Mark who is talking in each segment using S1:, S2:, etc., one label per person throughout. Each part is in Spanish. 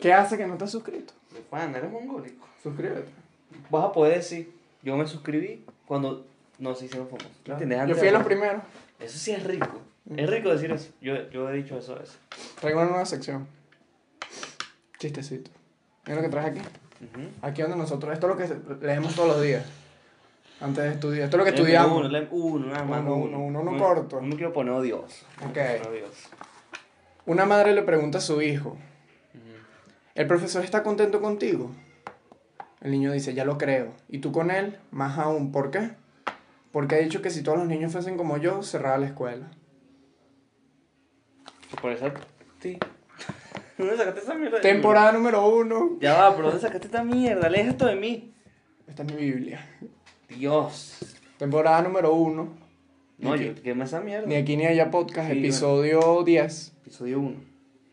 S1: ¿Qué hace que no te has suscrito?
S2: Juan, Pues, eres mongólico.
S1: Suscríbete.
S2: Vas a poder decir, yo me suscribí cuando nos hicieron famosos. ¿Entiendes?
S1: Yo
S2: Antes
S1: fui a
S2: de-
S1: los primeros.
S2: Eso sí es rico. Es rico decir eso. Yo, yo he dicho eso a veces.
S1: Traigo una nueva sección. Chistecito. Mira lo que traes aquí.
S2: Ujú.
S1: Aquí donde nosotros, esto es lo que se- leemos todos los días. Antes de estudiar. Esto es lo que
S2: Léeme
S1: estudiamos.
S2: Eh, Uno, léeme uno, nada más.
S1: Uno, uno, uno, uno corto.
S2: No me quiero poner odioso. No me
S1: Ok.
S2: quiero poner odioso.
S1: Una madre le pregunta a su hijo, ¿el profesor está contento contigo? El niño dice, ya lo creo. ¿Y tú con él? Más aún, ¿por qué? Porque ha dicho que si todos los niños fuesen como yo, cerraba la escuela.
S2: Por eso. Sí. ¿Dónde sacaste esa mierda? de-
S1: Temporada número uno.
S2: Ya va, pero ¿dónde sacaste esta mierda? Lees esto de mí.
S1: Esta es mi Biblia.
S2: Dios.
S1: Temporada número uno.
S2: No,
S1: Ni
S2: yo quemé esa mierda.
S1: Ni aquí ni allá podcast,
S2: Sí,
S1: episodio 10.
S2: Episodio 1.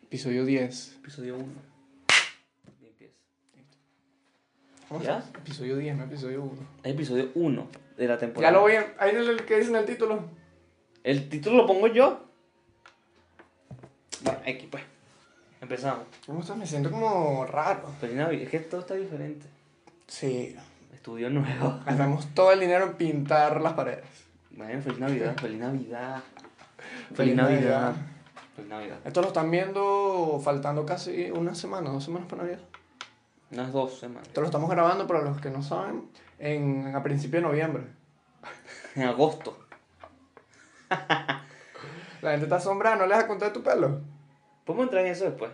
S1: Episodio 10.
S2: Episodio 1. Limpieza.
S1: Vamos
S2: ¿Ya?
S1: a hacer Episodio 10, no episodio 1.
S2: Episodio 1 de la
S1: Ya
S2: temporada.
S1: lo voy a... Ahí es el que dice en el título.
S2: ¿El título lo pongo yo? Bueno, X pues. Empezamos.
S1: ¿Cómo estás? Me siento como raro.
S2: Pero nada, es que todo está diferente.
S1: Sí.
S2: Estudio nuevo.
S1: Gastamos todo el dinero en pintar las paredes.
S2: Bueno, feliz Navidad, feliz Navidad. Feliz,
S1: Feliz
S2: Navidad.
S1: Navidad.
S2: Feliz Navidad.
S1: Esto lo están viendo faltando casi una semana, dos semanas para Navidad.
S2: Unas dos semanas.
S1: Esto lo estamos grabando, para los que no saben, en, a principios de noviembre.
S2: En agosto.
S1: La gente está asombrada, ¿no les has contado tu pelo?
S2: Podemos entrar en eso después.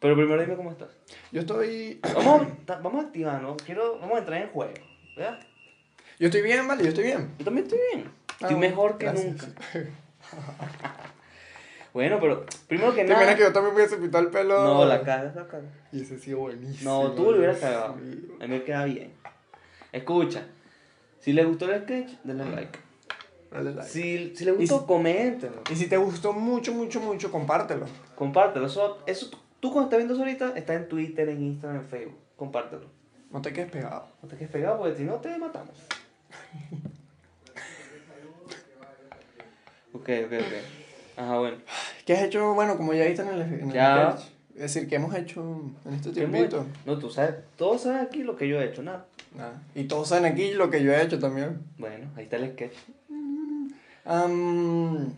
S2: Pero primero dime cómo estás.
S1: Yo estoy...
S2: Vamos, ta- vamos a activarnos. Quiero, vamos a entrar en juego. ¿Verdad?
S1: Yo estoy bien, vale, yo estoy bien.
S2: Yo también estoy bien. Estoy
S1: Ah,
S2: mejor que
S1: gracias.
S2: nunca. Bueno, pero primero que
S1: Te imaginas
S2: nada.
S1: que yo también hubiese pintado el pelo.
S2: No, la cagas, la cagas.
S1: Y ese ha sido buenísimo.
S2: No, tú lo hubieras
S1: Dios
S2: cagado. A
S1: mío.
S2: mí me queda bien. Escucha. Si les gustó el sketch, denle like.
S1: Dale like.
S2: Si, si les
S1: Y
S2: gustó,
S1: si-
S2: coméntenlo.
S1: Y si te gustó mucho, mucho, mucho, compártelo.
S2: Compártelo. Eso, eso, tú- tú cuando estás viendo eso ahorita, está en Twitter, en Instagram, en Facebook. Compártelo.
S1: No te quedes pegado.
S2: No te quedes pegado porque si no te matamos. ok, ok, ok. Ajá, bueno.
S1: ¿Qué has hecho? Bueno, como ya viste en el, en el
S2: Ya.
S1: sketch, Es decir, ¿qué hemos hecho en este
S2: ¿Qué hemos
S1: tiempito?
S2: hecho? No, tú sabes, todos saben aquí lo que yo he hecho, nada.
S1: Nada. Y todos saben aquí lo que yo he hecho también.
S2: Bueno, ahí está el sketch.
S1: Am,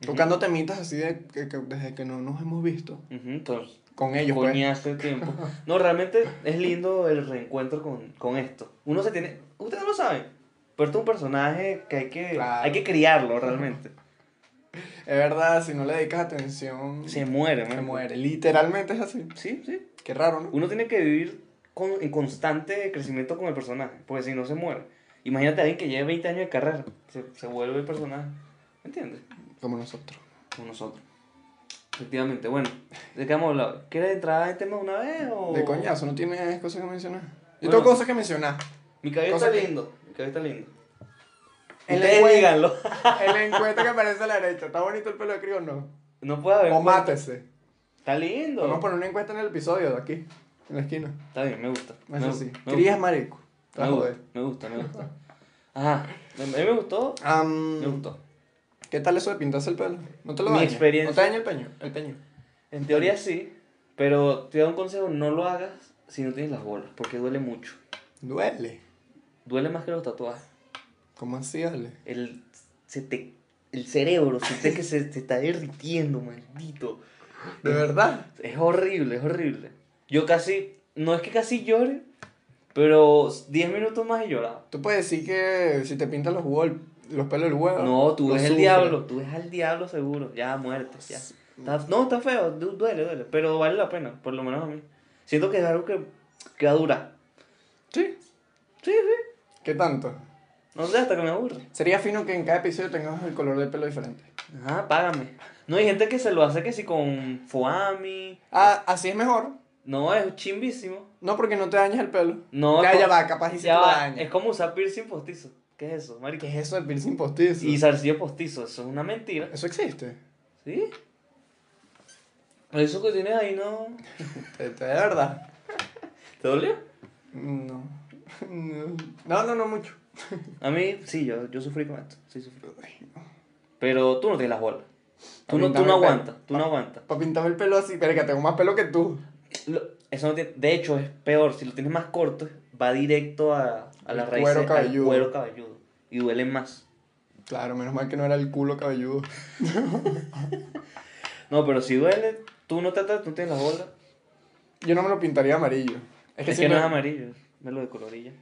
S1: Tocando temitas así de, que, que- desde que no nos hemos visto.
S2: Ujú, entonces,
S1: Con ellos, pues.
S2: coñazo de tiempo. No, realmente es lindo el reencuentro con, con esto. Uno se tiene. Ustedes no lo saben. Pero esto es un personaje que hay que.
S1: Claro.
S2: Hay que criarlo realmente.
S1: Es verdad, si no le dedicas atención,
S2: Se muere,
S1: se
S2: man.
S1: muere. Literalmente es así.
S2: Sí, sí.
S1: Qué raro, ¿no?
S2: Uno tiene que vivir con, en constante crecimiento con el personaje. Porque si no se muere. Imagínate a alguien que lleve 20 años de carrera. Se, se vuelve el personaje. ¿Entiendes?
S1: Como nosotros.
S2: Con nosotros. Efectivamente, bueno, ¿de qué hemos hablado? ¿Quieres entrar en tema de una vez o.?
S1: De coñazo, no tienes cosas que mencionar. Yo
S2: Bueno.
S1: tengo cosas que mencionar.
S2: Mi cabello
S1: Cosa
S2: está
S1: que-
S2: lindo. Mi cabello está lindo.
S1: El
S2: Ustedes
S1: encuentro-
S2: díganlo.
S1: El encuentro que aparece a la derecha. ¿Está bonito el pelo de crío o no?
S2: No puede haber.
S1: O mátese.
S2: Está lindo.
S1: Vamos a poner una encuesta en el episodio de aquí, en la esquina.
S2: Está bien, me gusta.
S1: No
S2: me,
S1: es
S2: gu-
S1: así.
S2: Me,
S1: Crías
S2: gusta.
S1: marico. Te vas a
S2: me gusta.
S1: joder.
S2: Me gusta, me gusta. Ajá. A mí me gustó.
S1: Am,
S2: Me gustó.
S1: ¿Qué tal eso de pintarse el pelo? No te lo
S2: Mi
S1: daña.
S2: experiencia-
S1: No te daña el peño. El peño.
S2: En teoría sí, pero te doy un consejo: no lo hagas si no tienes las bolas, porque duele mucho.
S1: Duele.
S2: Duele más que los tatuajes.
S1: ¿Cómo así duele?
S2: El, se te, el cerebro, sientes que se te está derritiendo, maldito.
S1: ¿De verdad?
S2: Es horrible, es horrible. Yo casi, no es que casi llore, pero 10 minutos más y lloraba.
S1: Tú puedes decir que si te pintas los huevos, los pelos del huevo.
S2: No, tú
S1: Ah, lo
S2: ves el
S1: sufres.
S2: diablo, tú ves al diablo seguro, ya muerte, ya. Está- no, está feo, du- duele, duele, pero vale la pena, por lo menos a mí. Siento que es algo que, que va a durar.
S1: Sí.
S2: Sí, sí.
S1: ¿Qué tanto?
S2: No sé, hasta que me aburre.
S1: Sería fino que en cada episodio tengamos el color del pelo diferente.
S2: Ajá, págame. No, hay gente que se lo hace que si con foami.
S1: Ah, así es mejor.
S2: No, es chimbísimo.
S1: No, porque no te dañas el pelo.
S2: No,
S1: Ya,
S2: es
S1: ya
S2: co-
S1: va, capaz y se te
S2: ya
S1: lo
S2: va,
S1: daña.
S2: Es como usar piercing postizo. ¿Qué es eso, marico?
S1: ¿Qué es eso del piercing postizo?
S2: Y zarcillo postizo, eso es una mentira.
S1: ¿Eso existe?
S2: ¿Sí? Eso que tienes ahí no.
S1: ¿De, de verdad?
S2: ¿Te dolió?
S1: No. No, no, no mucho.
S2: A mí, sí, yo, yo sufrí con esto. Sí, sufrí.
S1: Ay,
S2: Pero tú no tienes las bolas.
S1: A
S2: Tú
S1: mí
S2: no, tú
S1: también, pero-
S2: no ah. aguantas, tú no aguantas.
S1: Para pintarme el pelo así, pero que tengo más pelo que tú.
S2: lo- eso no tiene- de hecho, es peor. Si lo tienes más corto, va directo a, a
S1: El
S2: las
S1: cuero
S2: raíces al
S1: cabelludo.
S2: cuero cabelludo. Y duele más.
S1: Claro, menos mal que no era el culo cabelludo.
S2: No, pero si duele, tú no tratas, tú tienes la bola.
S1: Yo no me lo pintaría amarillo.
S2: Es que,
S1: si me-
S2: no es amarillo, me lo decolorí ya. De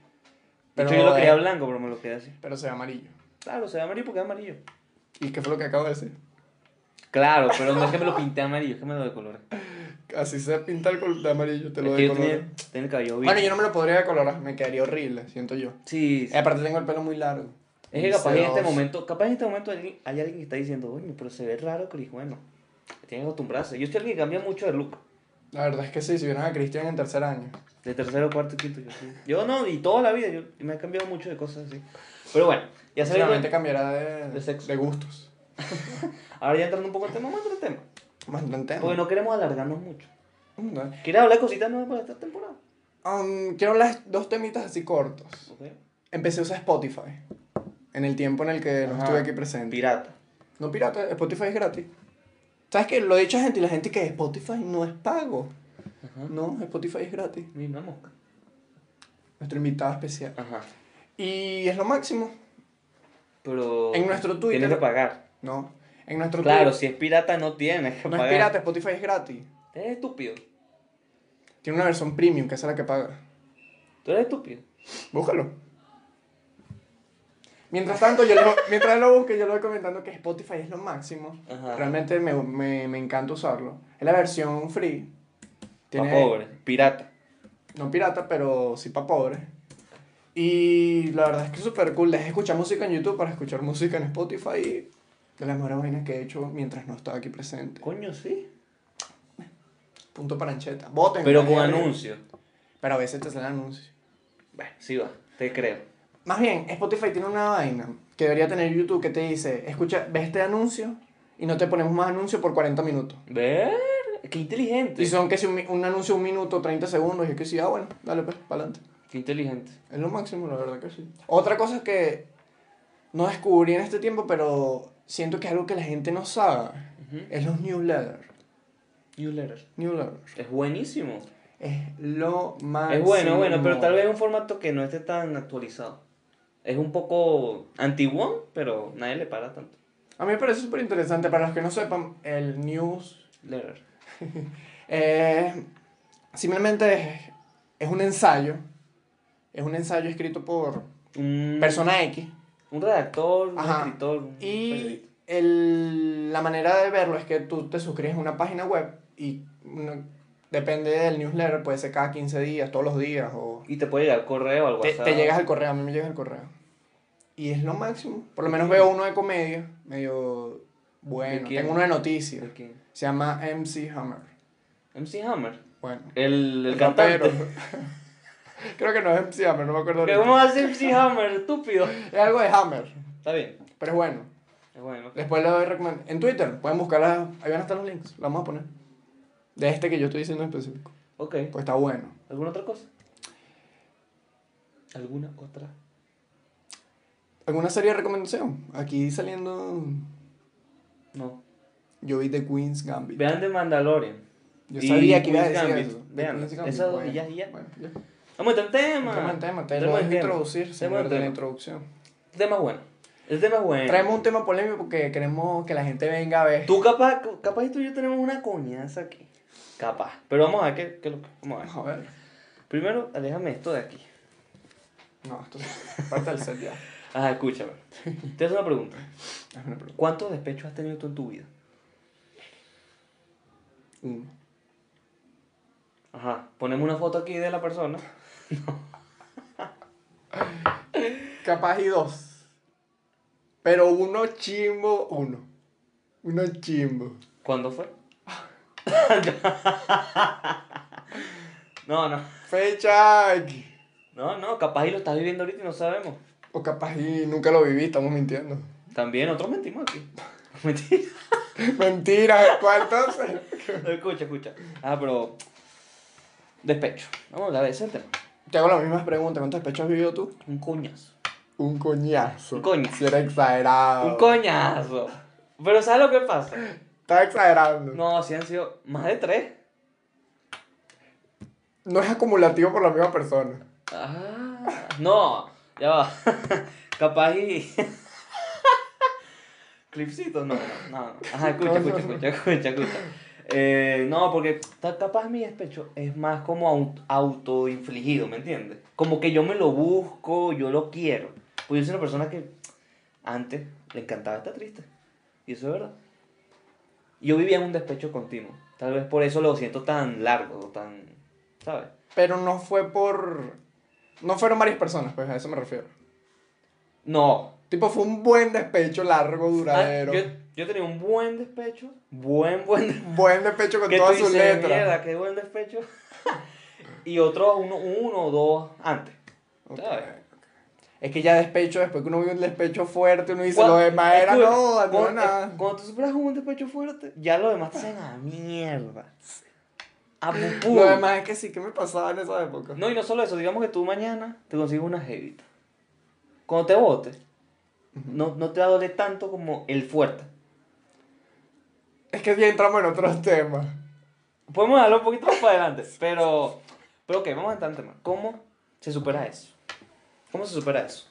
S1: Pero,
S2: hecho, yo lo
S1: eh,
S2: quería blanco, pero me lo quedé así.
S1: Pero se ve amarillo.
S2: Claro, se ve amarillo porque es amarillo.
S1: ¿Y qué fue lo que acabo de decir?
S2: Claro, pero no es que me lo pinté amarillo, es que me lo decoloré.
S1: Así se pinta el color de amarillo, te
S2: Es
S1: lo
S2: que yo
S1: decoloras.
S2: tenía, tenía el cabello bien.
S1: Bueno, yo no me lo podría decolorar, me quedaría horrible, siento yo.
S2: Sí,
S1: Y
S2: sí.
S1: Eh, aparte tengo el pelo muy largo.
S2: Es que capaz en este
S1: Sedoso.
S2: momento, capaz en este momento alguien- hay alguien que está diciendo, bueno, pero se ve raro, Cris, bueno. Tiene que acostumbrarse. Yo soy alguien que cambia mucho de look.
S1: La verdad es que sí, si vieran a Cristian en tercer año.
S2: De tercero, cuarto, quinto, yo sí. Yo no, y toda la vida, yo me he cambiado mucho de cosas así. Pero bueno, ya saben.
S1: Seguramente cambiará de,
S2: de sexo.
S1: de gustos.
S2: Ahora ya entrando un poco en tema, vamos a otro tema.
S1: Más no
S2: Porque
S1: entiendo.
S2: no queremos alargarnos mucho.
S1: No.
S2: ¿Quieres hablar de cositas nuevas para esta temporada?
S1: Um, quiero hablar dos temitas así cortos.
S2: Ok.
S1: Empecé a usar Spotify. En el tiempo en el que no
S2: Ajá.
S1: estuve aquí presente.
S2: Pirata.
S1: No, pirata, Spotify es gratis. ¿Sabes qué? Lo he dicho a gente y la gente que Spotify no es pago.
S2: Ajá.
S1: No, Spotify es gratis.
S2: Ni una mosca.
S1: Nuestro invitado especial.
S2: Ajá.
S1: Y es lo máximo.
S2: Pero.
S1: En nuestro Twitter-
S2: Tienes que pagar.
S1: No. En nuestro
S2: Claro,
S1: Twitter-
S2: si es pirata no tienes que
S1: No
S2: pagar.
S1: es pirata, Spotify es gratis.
S2: Tú eres estúpido.
S1: Tiene una versión premium, que esa es la que paga.
S2: Tú eres estúpido.
S1: Búscalo. Mientras tanto, yo lo, mientras él lo busque, yo le voy comentando que Spotify es lo máximo.
S2: Ajá.
S1: Realmente me, me- me encanta usarlo. Es la versión free.
S2: Pa' pobre. Pirata.
S1: No pirata, pero sí para pobres. Y la verdad es que es súper cool. Dejé de escuchar música en YouTube para escuchar música en Spotify. y De las mejores vainas que he hecho mientras no estaba aquí presente.
S2: Coño, sí.
S1: Punto para ancheta. Voten.
S2: Pero con
S1: Mariano.
S2: anuncios.
S1: Pero a veces te salen anuncios.
S2: Bueno, sí va. Te creo.
S1: Más bien, Spotify tiene una vaina que debería tener YouTube que te dice, escucha, ve este anuncio y no te ponemos más anuncio por 40 minutos.
S2: Ver. Qué inteligente.
S1: Y son que si un, mi- un anuncio un minuto, 30 segundos, y es que sí, ah, bueno, dale pues, para adelante.
S2: Qué inteligente.
S1: Es lo máximo, la verdad que sí. Otra cosa que no descubrí en este tiempo, pero siento que es algo que la gente no sabe,
S2: Ujú.
S1: es los newsletters.
S2: Newsletter.
S1: Newsletters.
S2: Es buenísimo.
S1: Es lo máximo.
S2: Es bueno, bueno, pero tal vez es un formato que no esté tan actualizado. Es un poco antiguo, pero nadie le para tanto.
S1: A mí me parece súper interesante, para los que no sepan, el news
S2: Letter.
S1: Eh, simplemente es, es un ensayo. Es un ensayo escrito por
S2: Un,
S1: persona X.
S2: un redactor, un
S1: Ajá.
S2: escritor. un
S1: Y
S2: periodista.
S1: el- la manera de verlo es que tú te suscribes a una página web y uno- depende del newsletter, puede ser cada 15 días, todos los días. O
S2: Y te puede llegar correo al
S1: te,
S2: WhatsApp.
S1: te llegas al correo, a mí me llega el correo. Y es lo máximo. Por lo menos veo uno de comedia, medio bueno.
S2: quién?
S1: Tengo uno de noticias.
S2: ¿De quién?
S1: Se llama MC Hammer.
S2: MC Hammer.
S1: Bueno.
S2: El, el,
S1: El
S2: cantante.
S1: rapero. Creo que no es MC Hammer, no me acuerdo.
S2: ¿Qué
S1: ahorita.
S2: vamos a hacer MC Hammer, estúpido?
S1: Es algo de Hammer,
S2: Está bien.
S1: pero es bueno.
S2: Es bueno.
S1: Después le doy recomend- En Twitter, pueden buscar, la- ahí van a estar los links, lo vamos a poner. De este que yo estoy diciendo en específico.
S2: Ok.
S1: Pues está bueno.
S2: ¿Alguna otra cosa? ¿Alguna otra?
S1: ¿Alguna serie de recomendación? Aquí saliendo,
S2: No.
S1: yo vi The Queen's Gambit.
S2: Vean de Mandalorian.
S1: Yo
S2: y
S1: sabía que iba a
S2: Queen's
S1: decir
S2: Gambit.
S1: eso. The
S2: Vean,
S1: Queen's Gambit,
S2: esas dos,
S1: bueno,
S2: y ya, y ya.
S1: Bueno, ya.
S2: Vamos a entrar en tema.
S1: Entremos en tema, te lo
S2: Entremos en
S1: dejo
S2: tema.
S1: introducir,
S2: Entremos
S1: señor
S2: en
S1: de la
S2: tema.
S1: introducción.
S2: El tema es bueno. El tema es bueno.
S1: Traemos un tema polémico porque queremos que la gente venga a ver.
S2: Tú capaz, capaz y tú y yo tenemos una coñaza aquí. Capaz. Pero vamos a ver qué, qué es lo que vamos a ver.
S1: Vamos a ver.
S2: Primero, aléjame esto de aquí.
S1: No, esto es parte del set ya.
S2: Ajá, escúchame. Te hago una pregunta.
S1: Es una pregunta.
S2: ¿Cuántos despechos has tenido tú en tu vida?
S1: Uno.
S2: Ajá. Ponemos una foto aquí de la persona.
S1: Capaz y dos. Pero uno chimbo, uno. Uno chimbo.
S2: ¿Cuándo fue? no, no.
S1: Fecha. aquí.
S2: No, no. Capaz y lo estás viviendo ahorita y no sabemos.
S1: O capaz y nunca lo viví, estamos mintiendo.
S2: También, otros mentimos aquí. Mentira.
S1: Mentira, ¿cuál entonces?
S2: Escucha, escucha. Ah, pero. Despecho. Vamos a hablar de ese tema.
S1: Te hago las mismas preguntas. ¿Cuántos pechos has vivido tú?
S2: Un coñazo.
S1: Un coñazo.
S2: Un coñazo.
S1: Si era exagerado.
S2: Un coñazo. Pero ¿sabes lo que pasa?
S1: Estaba exagerando.
S2: No, si han sido más de tres.
S1: no es acumulativo por la misma persona.
S2: Ah, no, ya va. Capaz y. Clipsito, no, no, no. no. Ajá, escucha, escucha, escucha, escucha, escucha. Eh, no, porque ta- capaz mi despecho es más como au- autoinfligido, ¿me entiendes? Como que yo me lo busco, yo lo quiero. Pues yo soy una persona que antes le encantaba estar triste. Y eso es verdad. Yo vivía en un despecho continuo. Tal vez por eso lo siento tan largo, tan. ¿Sabes?
S1: Pero no fue por. No fueron varias personas, pues a eso me refiero.
S2: No,
S1: Tipo, fue un buen despecho largo,
S2: Ah,
S1: duradero.
S2: yo, yo tenía un buen despecho, buen, buen despecho.
S1: Buen despecho con
S2: Que tú
S1: todas sus
S2: dices,
S1: letras.
S2: mierda, qué buen despecho. y otro, uno, uno o dos antes.
S1: Ok.
S2: ¿sabes?
S1: Es que ya despecho, después que uno vive un despecho fuerte, uno dice,
S2: Cuando-
S1: lo demás era
S2: escucha,
S1: no, no
S2: cuando-
S1: era nada.
S2: Cuando tú superas un despecho fuerte, ya lo demás te hacen a mierda. A pupú.
S1: Lo demás es que sí, ¿qué me pasaba en esa época?
S2: No, y no solo eso, digamos que tú mañana te consigues una jevita. Cuando te botes, no, no te va a doler tanto como el fuerte.
S1: Es que ya entramos en otros temas.
S2: Podemos hablar un poquito más para adelante, pero. Pero ok, vamos a entrar en tema. ¿Cómo se supera eso? ¿Cómo se supera eso?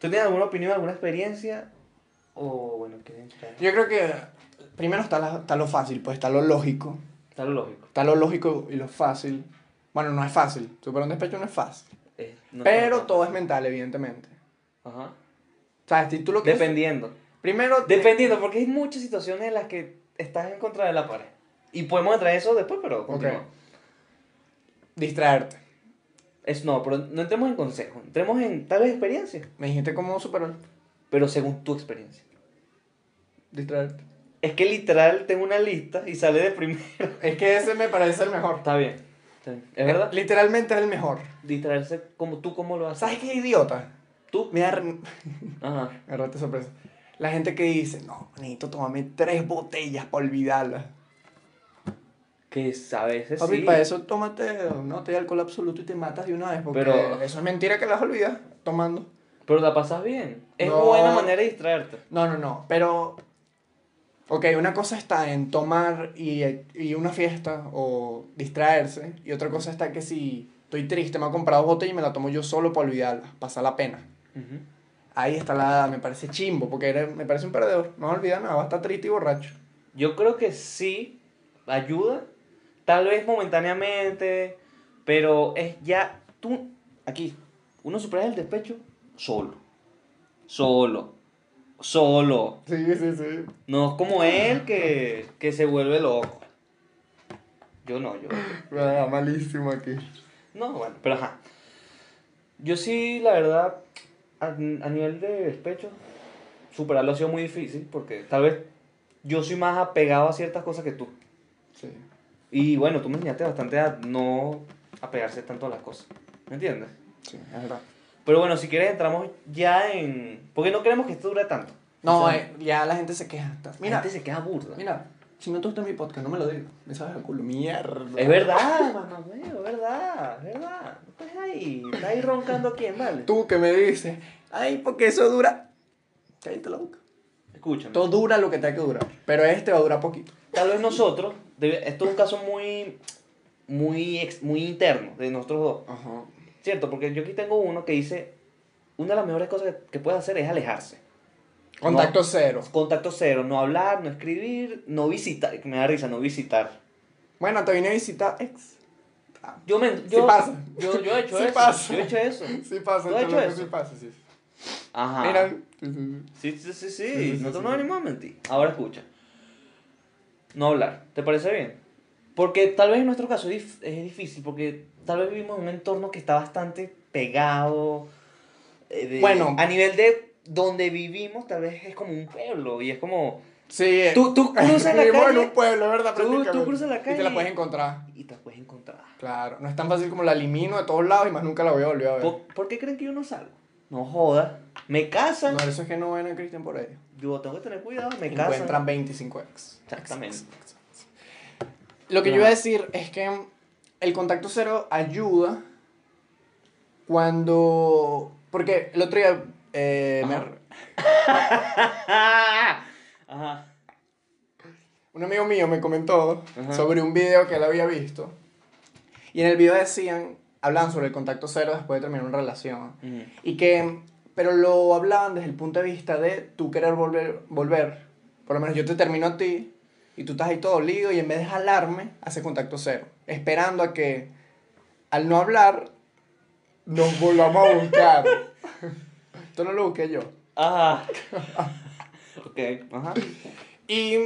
S2: ¿Tú tienes alguna opinión, alguna experiencia? O bueno, que entrar.
S1: Yo creo que primero está, la- está lo fácil, pues está lo lógico.
S2: Está lo lógico.
S1: Está lo lógico y lo fácil. Bueno, no es fácil. Superar un despecho no es fácil.
S2: Eh, no-
S1: Pero
S2: no-
S1: todo es mental, evidentemente.
S2: Ajá.
S1: O sea, si tú lo quieres-
S2: Dependiendo.
S1: Primero,
S2: Dependiendo, porque hay muchas situaciones en las que estás en contra de la pared. Y podemos entrar a eso después, pero continúa.
S1: Ok. distraerte.
S2: Es, no, pero no entremos en consejo, entremos en tal vez experiencia,
S1: Me dijiste cómo superar.
S2: pero según tu experiencia.
S1: Distraerte.
S2: Es que literal tengo una lista y sale de primero.
S1: Es que ese me parece el mejor.
S2: Está bien. está bien. ¿Es verdad?
S1: Literalmente es el mejor.
S2: distraerse como tú cómo lo haces
S1: ¿Sabes qué idiota?
S2: tú
S1: Me da re-
S2: ajá
S1: me da rata sorpresa. La gente que dice, no, necesito tomarme tres botellas para olvidarlas.
S2: que es- a veces
S1: Papi,
S2: sí
S1: para eso tómate una botella de alcohol absoluto y te matas de una vez. Porque
S2: Pero-
S1: eso es mentira que las olvidas tomando.
S2: pero la pasas bien es
S1: No.
S2: buena manera de distraerte
S1: No, no, no, pero... Ok, una cosa está en tomar y, y una fiesta o distraerse. Y otra cosa está que si estoy triste, me ha comprado botella y me la tomo yo solo para olvidarla, pasar la pena. Ahí está la... me parece chimbo, porque eres- me parece un perdedor. No olvida nada, va a estar triste y borracho.
S2: yo creo que sí ayuda tal vez momentáneamente pero es ya tú aquí uno supera el despecho solo solo solo
S1: Sí, sí, sí.
S2: no es como él que, que se vuelve loco yo no yo
S1: malísimo aquí.
S2: No, bueno, pero ajá. Yo sí, la verdad, a, a nivel de despecho, superarlo ha sido muy difícil porque tal vez yo soy más apegado a ciertas cosas que tú.
S1: Sí.
S2: Y bueno, tú me enseñaste bastante a no apegarse tanto a las cosas. ¿Me entiendes?
S1: Sí, es verdad.
S2: Pero bueno, si quieres entramos ya en... Porque no queremos que esto dure tanto.
S1: No,
S2: O sea,
S1: eh, ya la gente se queja. Estás-
S2: Mira,
S1: Mira,
S2: gente se queda burda.
S1: mira, si no te gusta mi podcast, no me lo digas. Me sabes a culo. Mierda.
S2: Es verdad, mamameo, es verdad, es verdad. No estás ahí, estás ahí roncando a quién, ¿vale?
S1: Tú que me dices, ay, porque eso dura. Cállate la boca.
S2: Escúchame.
S1: Todo dura lo que tenga que durar. Pero este va a durar poquito.
S2: tal vez nosotros, debe- esto es un caso muy, muy, ex- muy interno de nosotros dos,
S1: Ajá.
S2: ¿cierto? Porque yo aquí tengo uno que dice, una de las mejores cosas que, que puedes hacer es alejarse.
S1: Contacto
S2: No.
S1: cero.
S2: Contacto cero, no hablar, no escribir, no visitar, que me da risa, no visitar.
S1: Bueno, te vine a visitar ex.
S2: Yo me, yo,
S1: pasa.
S2: Yo, yo he hecho
S1: Sí
S2: eso,
S1: pasa.
S2: yo he hecho eso.
S1: Sí pasa,
S2: ¿Tú has hecho
S1: te lo-
S2: eso?
S1: sí pasa, sí.
S2: Ajá.
S1: Mira. sí, sí, sí.
S2: Sí, sí, sí, sí,
S1: sí, sí,
S2: no te
S1: sí.
S2: no venimos a mentir. Ahora escucha. No hablar, ¿te parece bien? Porque tal vez en nuestro caso es, dif- es difícil, porque tal vez vivimos en un entorno que está bastante pegado. eh, de-
S1: Bueno.
S2: A nivel de donde vivimos, tal vez es como un pueblo y es como...
S1: Sí, eh,
S2: Tú- tú cruzas la
S1: vivimos en
S2: calle.
S1: un pueblo, ¿verdad?
S2: Tú-
S1: Prácticamente.
S2: tú cruzas la
S1: Y te
S2: calle.
S1: la puedes encontrar.
S2: Y te puedes encontrar.
S1: Claro. No es tan fácil como la elimino de todos lados y más nunca la voy a volver a ver.
S2: ¿Por, por qué creen que yo no salgo? No jodas. Me casan.
S1: No, eso es que no ven a Cristian por ahí.
S2: Yo tengo que tener cuidado, me casan.
S1: Encuentran 25 ex.
S2: Exactamente.
S1: Lo que yo
S2: Ajá.
S1: iba a decir es que el contacto cero ayuda cuando. Porque el otro día. eh, me-
S2: Ajá. Ajá.
S1: un amigo mío me comentó
S2: Ajá.
S1: sobre un video que él había visto. Y en el video decían, hablaban sobre el contacto cero después de terminar una relación.
S2: Ujú.
S1: Y que, pero lo hablaban desde el punto de vista de tú querer volver, volver. Por lo menos yo te termino a ti y tú estás ahí todo lío y en vez de jalarme, haces contacto cero. Esperando a que al no hablar nos volvamos a buscar. Esto no lo busqué yo.
S2: Ah. ok, ajá.
S1: Y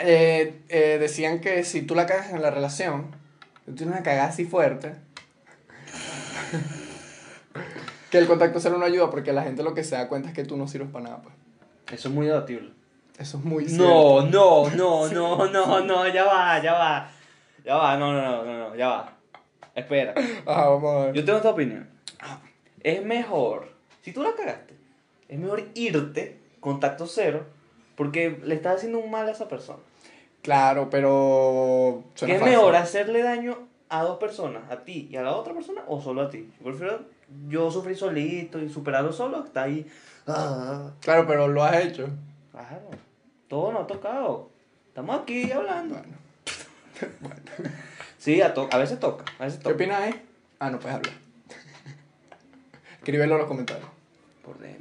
S1: eh, eh, decían que si tú la cagas en la relación, tú tienes una cagada así fuerte, que el contacto cero no ayuda porque la gente lo que se da cuenta es que tú no sirves para nada. Pues.
S2: Eso es muy debatible.
S1: Eso es muy cierto.
S2: No, no, no, no, no, no, ya va, ya va. Ya va, no, no, no, no, no, ya va. Espera.
S1: Ajá, Ah, vamos a ver.
S2: Yo tengo esta opinión. Es mejor, si tú la cagaste, es mejor irte, contacto cero, porque le estás haciendo un mal a esa persona.
S1: Claro, pero...
S2: ¿Qué
S1: suena
S2: es
S1: fácil.
S2: mejor, hacerle daño a dos personas, a ti y a la otra persona, o solo a ti? Yo prefiero yo sufrir solito y superarlo solo, está ahí. Ah,
S1: Claro, pero lo has hecho.
S2: claro, todo nos ha tocado. Estamos aquí hablando.
S1: Bueno.
S2: Sí, a, to- a veces toca, a veces
S1: ¿Qué
S2: toca.
S1: opinas, eh? Ah, no puedes hablar. Escríbelo en los comentarios.
S2: Por DM.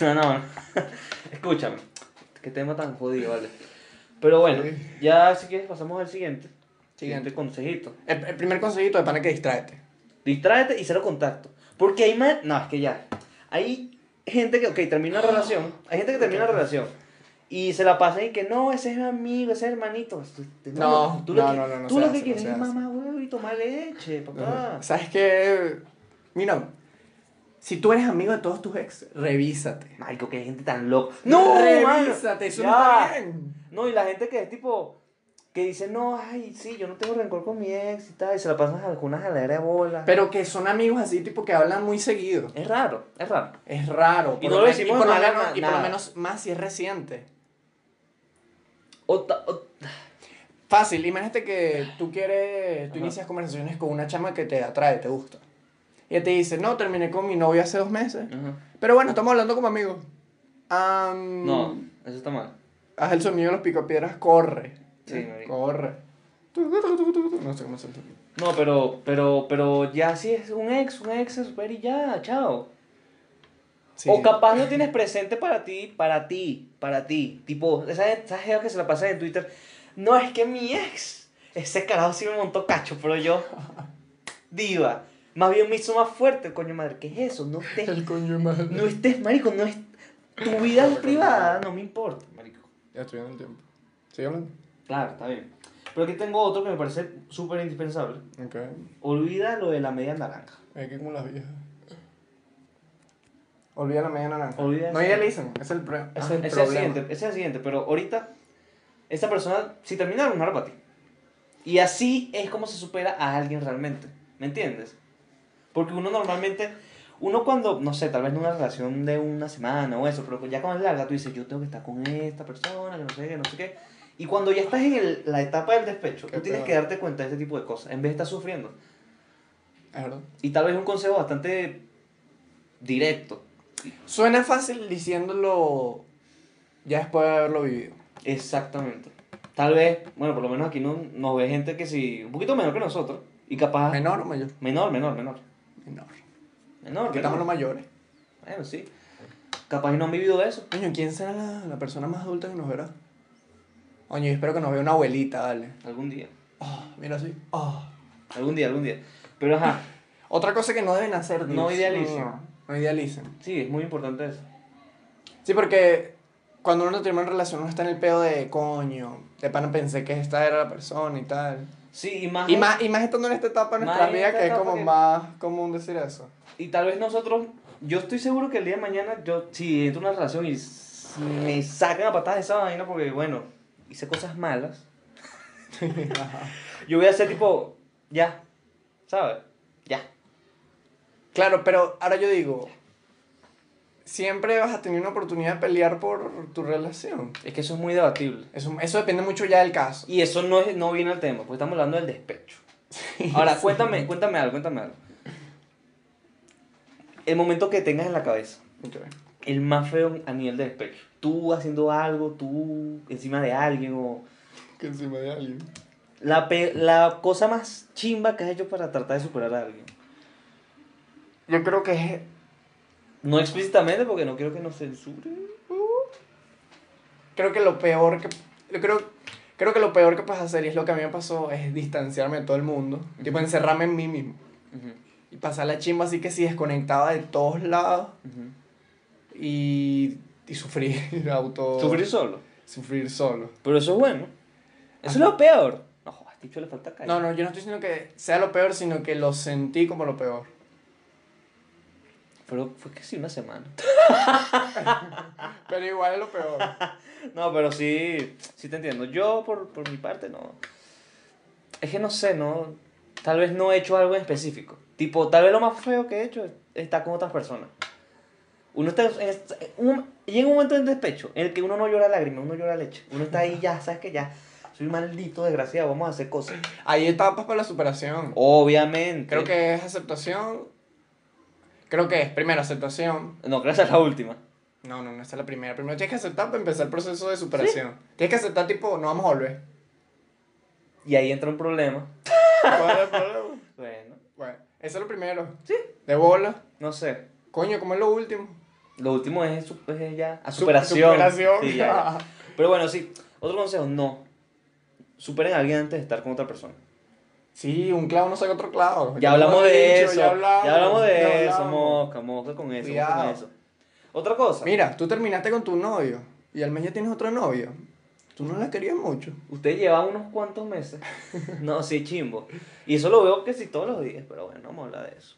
S2: no, no, no. Escúchame. Qué tema tan jodido, vale. Pero bueno,
S1: Sí.
S2: ya si quieres pasamos al siguiente.
S1: Siguiente.
S2: Siguiente consejito.
S1: El, el primer consejito de pana que distráete.
S2: Distráete y cero contacto. Porque hay más... No, es que ya. Hay gente que, ok, termina una relación. Hay gente que termina una relación. Y se la pasa y que no, ese es mi amigo, ese es hermanito. Tú- tú-
S1: No,
S2: tú lo
S1: no,
S2: que-
S1: no, no, no
S2: Tú
S1: se
S2: lo
S1: hace,
S2: que
S1: no
S2: quieres
S1: se
S2: es
S1: hace.
S2: mamá huevo y tomar leche, papá.
S1: ¿Sabes qué? Mira, si tú eres amigo de todos tus ex, revísate.
S2: Marico, que hay gente tan loca. ¡No! mano!
S1: revísate, eso no
S2: Ya.
S1: está bien.
S2: No, y la gente que es tipo, que dice, no, ay, sí, yo no tengo rencor con mi ex y tal, y se la pasan a alguna jaladera de bola.
S1: Pero que son amigos así, tipo que hablan muy seguido.
S2: es raro, es raro.
S1: Es raro.
S2: Y
S1: por
S2: no lo
S1: men-
S2: decimos
S1: por
S2: en mala
S1: menos-
S2: na-
S1: y por lo
S2: nada.
S1: menos más si es reciente.
S2: O ta- o-
S1: Fácil, imagínate que tú quieres, tú
S2: Ah. Ajá.
S1: inicias conversaciones con una chama que te atrae, te gusta. Y ella te dice, no, terminé con mi novio hace dos meses. Pero bueno, estamos hablando como amigos. Am,
S2: No, eso está mal.
S1: Haz el sonido de los picapiedras, corre. Eh,
S2: Sí, marico.
S1: corre. No sé cómo se entiende.
S2: No, pero, pero, pero ya si es un ex, un ex es super y ya, chao.
S1: Sí.
S2: O capaz no tienes presente para ti, para ti, para ti. Tipo, esa esa jeva que se la pasa en Twitter. No, es que mi ex, ese carajo sí me montó cacho, pero yo, diva. Más bien me hizo más fuerte, coño madre. ¿Qué es eso? No estés
S1: El coño de madre.
S2: No estés, marico, no es. Tu vida es privada, no me importa, marico.
S1: Ya estoy dando el tiempo. ¿Sigue hablando?
S2: Claro, está bien. Pero aquí tengo otro que me parece súper indispensable.
S1: Ok.
S2: Olvida lo de la media naranja.
S1: Es que como las viejas. Olvida la media naranja.
S2: Olvida
S1: no
S2: eso.
S1: idealicen, ese es el, pro- ese es el
S2: Ese es el
S1: problema.
S2: siguiente, ese es el siguiente. Pero ahorita, esta persona, si terminaron, no era para ti. Y así es como se supera a alguien realmente. ¿Me entiendes? Porque uno normalmente, uno cuando, no sé, tal vez en una relación de una semana o eso, pero ya cuando es larga, tú dices, yo tengo que estar con esta persona, que no sé qué, no sé qué. Y cuando ya estás en el- la etapa del despecho,
S1: Qué
S2: tú tienes
S1: peor.
S2: que darte cuenta de este tipo de cosas, en vez de estar sufriendo.
S1: Es verdad.
S2: Y tal vez un consejo bastante directo.
S1: Suena fácil diciéndolo ya después de haberlo vivido.
S2: Exactamente. Tal vez, bueno, por lo menos aquí no, nos ve gente que sí, un poquito menor que nosotros. Y capaz...
S1: ¿Menor o mayor?
S2: Menor, menor, menor.
S1: Menor.
S2: Menor,
S1: Quitamos los
S2: menor.
S1: mayores.
S2: Bueno, sí. Capaz y no han vivido eso.
S1: Coño, ¿quién será la, la persona más adulta que nos verá? Coño, yo espero que nos vea una abuelita, dale.
S2: Algún día.
S1: Ah, mira así. Ah.
S2: Algún día, algún día. Pero ajá,
S1: Otra cosa que no deben hacer.
S2: No
S1: Dios
S2: idealicen.
S1: mío, No idealicen.
S2: sí, es muy importante eso.
S1: Sí, porque cuando uno termina una relación, uno está en el pedo de coño. De pana pensé que esta era la persona y tal.
S2: Sí, y más...
S1: Y más, y más estando en esta etapa de
S2: Más
S1: nuestras
S2: en
S1: vidas
S2: esta
S1: que es
S2: etapa
S1: como
S2: que-
S1: más común decir eso.
S2: Y tal vez nosotros, yo estoy seguro que el día de mañana, yo, si entro en una relación y s- me sacan a patadas de esa vaina porque, bueno, hice cosas malas, yo voy a ser tipo, ya, ¿sabes? Ya.
S1: Claro, pero ahora yo digo. Siempre vas a tener una oportunidad de pelear por tu relación.
S2: Es que eso es muy debatible.
S1: Eso, eso depende mucho ya del caso.
S2: Y eso no, es, no viene al tema, porque estamos hablando del despecho. Ahora, cuéntame, cuéntame algo, cuéntame algo. El momento que tengas en la cabeza,
S1: Ok.
S2: el más feo a nivel de despecho. Tú haciendo algo, tú encima de alguien o...
S1: Que encima de alguien.
S2: La, pe- la cosa más chimba que has hecho para tratar de superar a alguien.
S1: Yo creo que es
S2: No explícitamente porque no quiero que nos censuren.
S1: creo que lo peor que yo creo creo que lo peor que puedes hacer y es lo que a mí me pasó es distanciarme de todo el mundo tipo encerrarme en mí mismo y pasar la chimba así que sí desconectaba de todos lados y, y sufrir auto
S2: Sufrir solo.
S1: sufrir solo
S2: Pero eso es bueno. Eso es lo peor. No, jodas, dicho le falta calle.
S1: no no yo no estoy diciendo que sea lo peor sino que lo sentí como lo peor
S2: Pero fue casi una semana.
S1: pero igual es lo peor
S2: No, pero sí, sí te entiendo. Yo, por, por mi parte, no. Es que no sé, no. Tal vez no he hecho algo en específico. Tipo, tal vez lo más feo que he hecho es estar con otras personas. Uno está. en- en- un- llega un momento en despecho en el que uno no llora lágrimas, uno llora leche. Uno está ahí ya, sabes que ya. Soy maldito desgraciado, vamos a hacer cosas.
S1: hay etapas para la superación
S2: Obviamente.
S1: creo que es aceptación creo que es primero aceptación
S2: No, creo que esa es la última.
S1: No, no, no, esa es la primera. Primero tienes que aceptar para empezar el proceso de superación. Tienes que aceptar, tipo, no vamos a volver.
S2: Y ahí entra un problema.
S1: ¿Cuál es el problema?
S2: Bueno,
S1: Bueno, eso es lo primero.
S2: Sí.
S1: De bola.
S2: no sé.
S1: Coño, ¿cómo es lo último?
S2: Lo último es, su- es ya. A
S1: Su-
S2: superación.
S1: superación.
S2: Sí, ya, ya. Pero bueno, sí. Otro consejo, no. Superen a alguien antes de estar con otra persona.
S1: Sí, un clavo no saca otro clavo.
S2: Ya,
S1: lo
S2: hablamos
S1: hemos
S2: de
S1: dicho,
S2: eso.
S1: Ya hablamos,
S2: de
S1: ya
S2: eso,
S1: hablamos.
S2: mosca, mosca con eso,
S1: Cuidado.
S2: mosca con eso. Otra cosa.
S1: Mira, tú terminaste con tu novio y al mes ya tienes otro novio. Tú no la querías mucho.
S2: Usted lleva unos cuantos meses. No, sí, chimbo. Y eso lo veo que sí todos los días, pero bueno, no vamos a hablar de eso.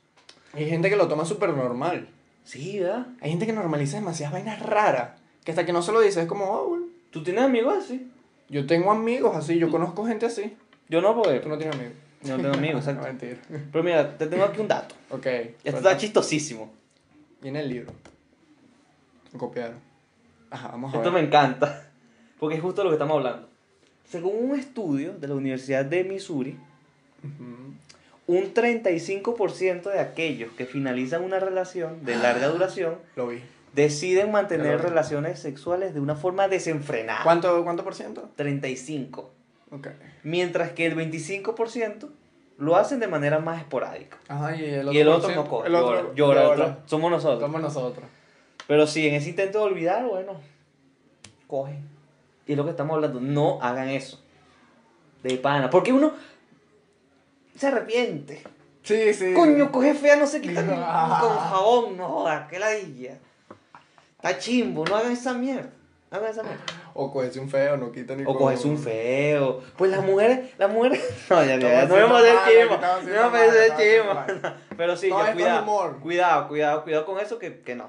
S1: Hay gente que lo toma súper normal.
S2: Sí, ¿verdad?
S1: Hay gente que normaliza demasiadas vainas raras. Que hasta que no se lo dices es como, oh, bueno.
S2: ¿Tú tienes amigos así?
S1: Yo tengo amigos así, yo conozco gente así.
S2: Yo no, porque
S1: Tú no tienes amigos.
S2: no tengo amigos,
S1: No,
S2: exacto.
S1: mentira.
S2: Pero mira, te tengo aquí un dato.
S1: Ok.
S2: Esto
S1: suelta.
S2: está chistosísimo.
S1: Viene el libro. Lo copiaron. Ajá, vamos a
S2: Esto me
S1: ver.
S2: encanta, porque es justo lo que estamos hablando. Según un estudio de la Universidad de Missouri,
S1: Ujú.
S2: un 35% de aquellos que finalizan una relación de larga duración
S1: Lo vi.
S2: deciden mantener
S1: Ah. Claro.
S2: relaciones sexuales de una forma desenfrenada.
S1: ¿Cuánto, cuánto por ciento?
S2: 35.
S1: Ok.
S2: Mientras que el 25% lo hacen de manera más esporádica.
S1: Ajá, y el otro,
S2: Y el
S1: por
S2: otro no
S1: ciento?
S2: coge,
S1: El
S2: llora,
S1: otro
S2: llora, el
S1: llora.
S2: otro- somos nosotros.
S1: Somos nosotros.
S2: Pero si en ese intento de olvidar, bueno, coge. Y es lo que estamos hablando. No hagan eso. De pana. Porque uno se arrepiente.
S1: Sí, sí.
S2: Coño, coge fea, no se quita ni-
S1: Ah.
S2: con jabón. No joda, qué ladilla. Está chimbo, no hagan esa mierda. No hagan esa mierda.
S1: O coges un feo, no quita ni
S2: O
S1: con-
S2: coges un feo. Pues las mujeres, las mujeres. No, ya, ya, ya,
S1: Estamos
S2: no vamos a
S1: haciendo
S2: hacer
S1: mal,
S2: chimbo.
S1: estamos haciendo
S2: No vamos a
S1: mal,
S2: hacer
S1: estamos haciendo
S2: chimbo. Pero sí,
S1: No,
S2: ya,
S1: esto es
S2: cuidado.
S1: humor.
S2: Cuidado, cuidado, cuidado con eso que, que no.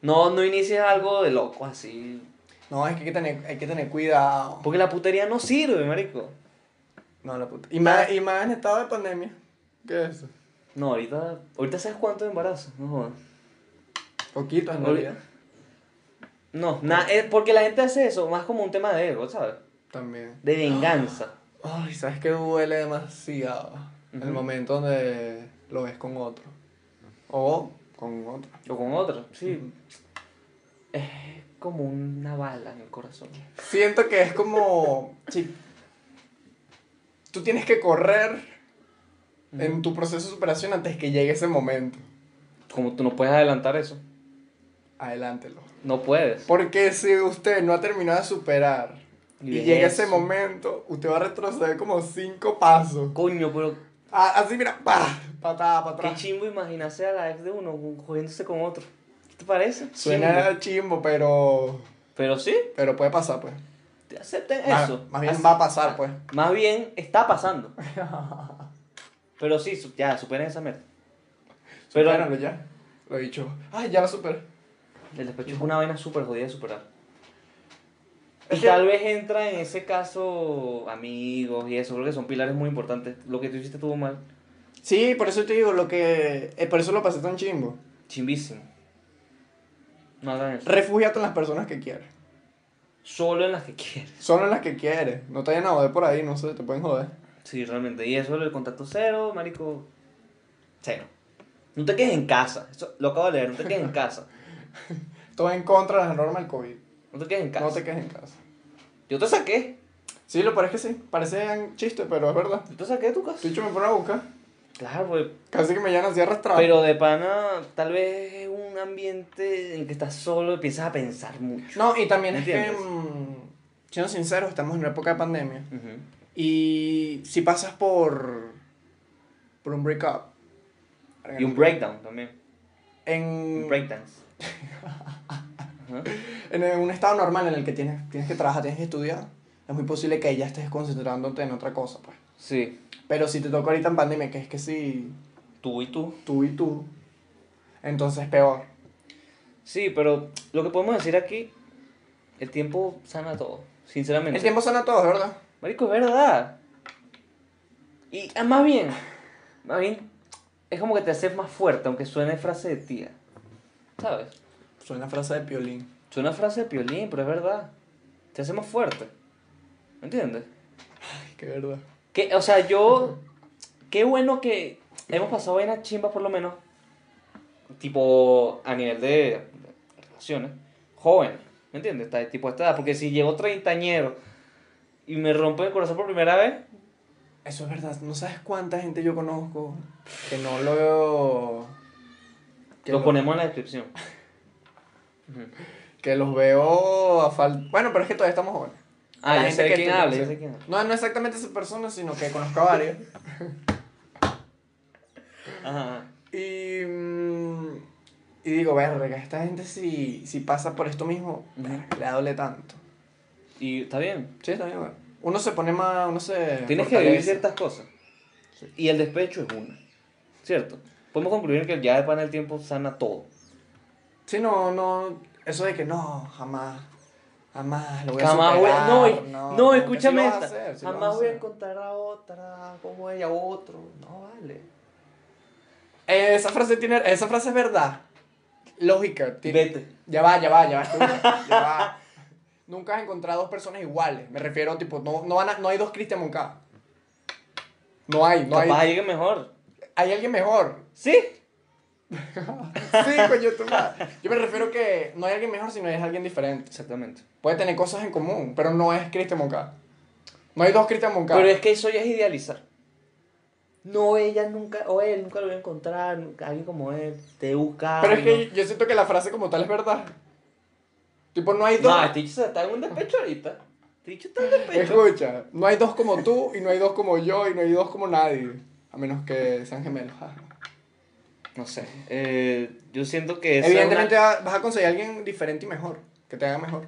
S2: No, no inicies algo de loco así.
S1: No, es que hay que tener, hay que tener cuidado.
S2: Porque la putería no sirve, marico.
S1: No, la puta. Y más, y más en estado de pandemia. ¿Qué es eso?
S2: No, ahorita. Ahorita sabes cuánto de embarazo. No jodas.
S1: Poquito, en
S2: Ol-
S1: realidad.
S2: No, na- es porque la gente hace eso más como un tema de ego, ¿sabes?
S1: También.
S2: De venganza.
S1: Ay, ¿sabes qué duele demasiado?
S2: Ujú.
S1: El momento donde lo ves con otro. O con otro.
S2: O con otro. Sí. Es como una bala en el corazón.
S1: Siento que es como. chi- tú tienes que correr en tu proceso de superación antes que llegue ese momento.
S2: Como tú no puedes adelantar eso.
S1: Adelántelo.
S2: No puedes.
S1: Porque si usted no ha terminado de superar
S2: Y
S1: y,
S2: ves
S1: llega ese
S2: eso.
S1: momento, usted va a retroceder como cinco pasos.
S2: Coño, pero
S1: Ah, así, mira, pa, patada para
S2: qué
S1: atrás.
S2: chimbo imaginarse a la ex de uno jodiéndose con otro. ¿Qué te parece? Chimbo.
S1: Suena chimbo, pero.
S2: Pero sí,
S1: Pero puede pasar, pues.
S2: te acepten
S1: Más-
S2: eso.
S1: más bien
S2: Así-
S1: va a pasar, pues.
S2: Más bien está pasando. pero sí, su- ya, superen esa mierda. Pero
S1: Supéralo ya. Lo he dicho. Ay, ya lo superé.
S2: el despecho es una vaina súper jodida de superar. Y
S1: Es que-
S2: tal vez entra en ese caso amigos y eso, creo que son pilares muy importantes. Lo que tú hiciste estuvo mal,
S1: Sí, por eso te digo, lo que. eh, por eso lo pasé tan chimbo.
S2: chimbísimo. No hagan eso.
S1: Refugiate en las personas que quieres.
S2: Solo en las que quieres.
S1: Solo en las que quieres. No te vayan a joder por ahí, no sé, te pueden joder.
S2: Sí, realmente. Y eso del contacto cero, marico. Cero. No te quedes en casa. Eso lo acabo de leer. No te quedes en casa.
S1: Todo en contra de la norma del COVID.
S2: No te quedes en casa.
S1: No te quedes en casa.
S2: Yo te saqué.
S1: Sí, lo parece que sí. Parece chiste, pero es verdad.
S2: Yo te saqué de tu casa.
S1: Picho me pone a buscar.
S2: Claro, pues.
S1: Casi que me llenan así arrastrado.
S2: Pero de pana, tal vez es un ambiente en que estás solo y empiezas a pensar mucho.
S1: No, y también es que,
S2: ¿Entiendes?
S1: mm, siendo sinceros, estamos en una época de pandemia.
S2: Ujú.
S1: Y si pasas por. por un breakup.
S2: Y un breakdown también.
S1: En,
S2: Un breakdance. Ajá.
S1: en un estado normal en el que tienes, tienes que trabajar, tienes que estudiar, es muy posible que ya estés concentrándote en otra cosa, pues.
S2: Sí.
S1: Pero si te toca ahorita en pandemia, que es que si
S2: Tú y tú.
S1: tú y tú, entonces peor.
S2: Sí, pero lo que podemos decir aquí, el tiempo sana todo, sinceramente.
S1: El tiempo sana a todos, ¿verdad?
S2: Marico, es verdad. Y ah, más bien, más bien, es como que te haces más fuerte, aunque suene frase de tía. ¿Sabes?
S1: Suena frase de piolín.
S2: Suena frase de piolín, pero es verdad. Te hace más fuerte. ¿Me entiendes?
S1: Ay, qué verdad.
S2: Que, o sea, yo. Qué bueno que hemos pasado vainas chimbas, por lo menos. Tipo, a nivel de, de relaciones. Joven, ¿me entiendes? Está, tipo, a esta edad. Porque si llego treintañero y me rompe el corazón por primera vez,
S1: Eso es verdad. No sabes cuánta gente yo conozco que no lo. que
S2: lo
S1: lo-
S2: ponemos en la descripción. Ujú.
S1: Que los veo a falta. Bueno, pero es que todavía estamos jóvenes.
S2: Ah,
S1: La
S2: ya
S1: gente
S2: sé de
S1: que
S2: quién
S1: tú
S2: habla,
S1: conoces.
S2: ya sé quién habla.
S1: No, no exactamente esa persona, sino que conozco a varios.
S2: Ajá.
S1: Y. mm, Y digo, verga, esta gente si, si pasa por esto mismo,
S2: Ujú.
S1: verga, le duele tanto.
S2: Y está bien.
S1: Sí, está bien, bueno. Uno se pone más. Uno se.
S2: Tienes que vivir
S1: fortalece.
S2: ciertas cosas. Y el despecho es una. ¿Cierto? Podemos concluir que ya de pan el tiempo sana todo.
S1: Sí, no, no. Eso de que no, jamás. Jamás lo voy a
S2: Jamás voy a-
S1: superar.
S2: no, y- no,
S1: que sí
S2: escúchame
S1: lo vas a
S2: esta.
S1: hacer, sí lo vas
S2: Jamás voy a
S1: hacer.
S2: encontrar a otra como ella, otro. No vale.
S1: Eh, esa frase tiene. Esa frase es verdad. Lógica. tiene-
S2: Vete.
S1: Ya va, ya va, ya va. escucha, ya va. Nunca has encontrado dos personas iguales. Me refiero, tipo, no, no, van a- no hay dos Cristian Moncada. No hay, no
S2: Capaz
S1: hay.
S2: llegue mejor.
S1: Hay alguien mejor.
S2: ¿Sí?
S1: Sí, coño, tú madre. Yo me refiero que no hay alguien mejor, sino es alguien diferente.
S2: Exactamente.
S1: Puede tener cosas en común, pero no es Cristian Moncada. No hay dos Cristian Moncada.
S2: Pero es que eso ya es idealizar. No, ella nunca, o él nunca lo voy a encontrar, nunca- alguien como él, te busca.
S1: Pero es que yo siento que la frase como tal es verdad. Tipo, no hay
S2: No,
S1: dos.
S2: no este dicho está en un despecho ahorita. Este dicho está en despecho.
S1: Escucha, no hay dos como tú y no hay dos como yo y no hay dos como nadie. A menos que sean gemelos. ah.
S2: No sé. eh, yo siento que esa es
S1: Evidentemente
S2: una-
S1: va- vas a conseguir a alguien diferente y mejor, que te haga mejor.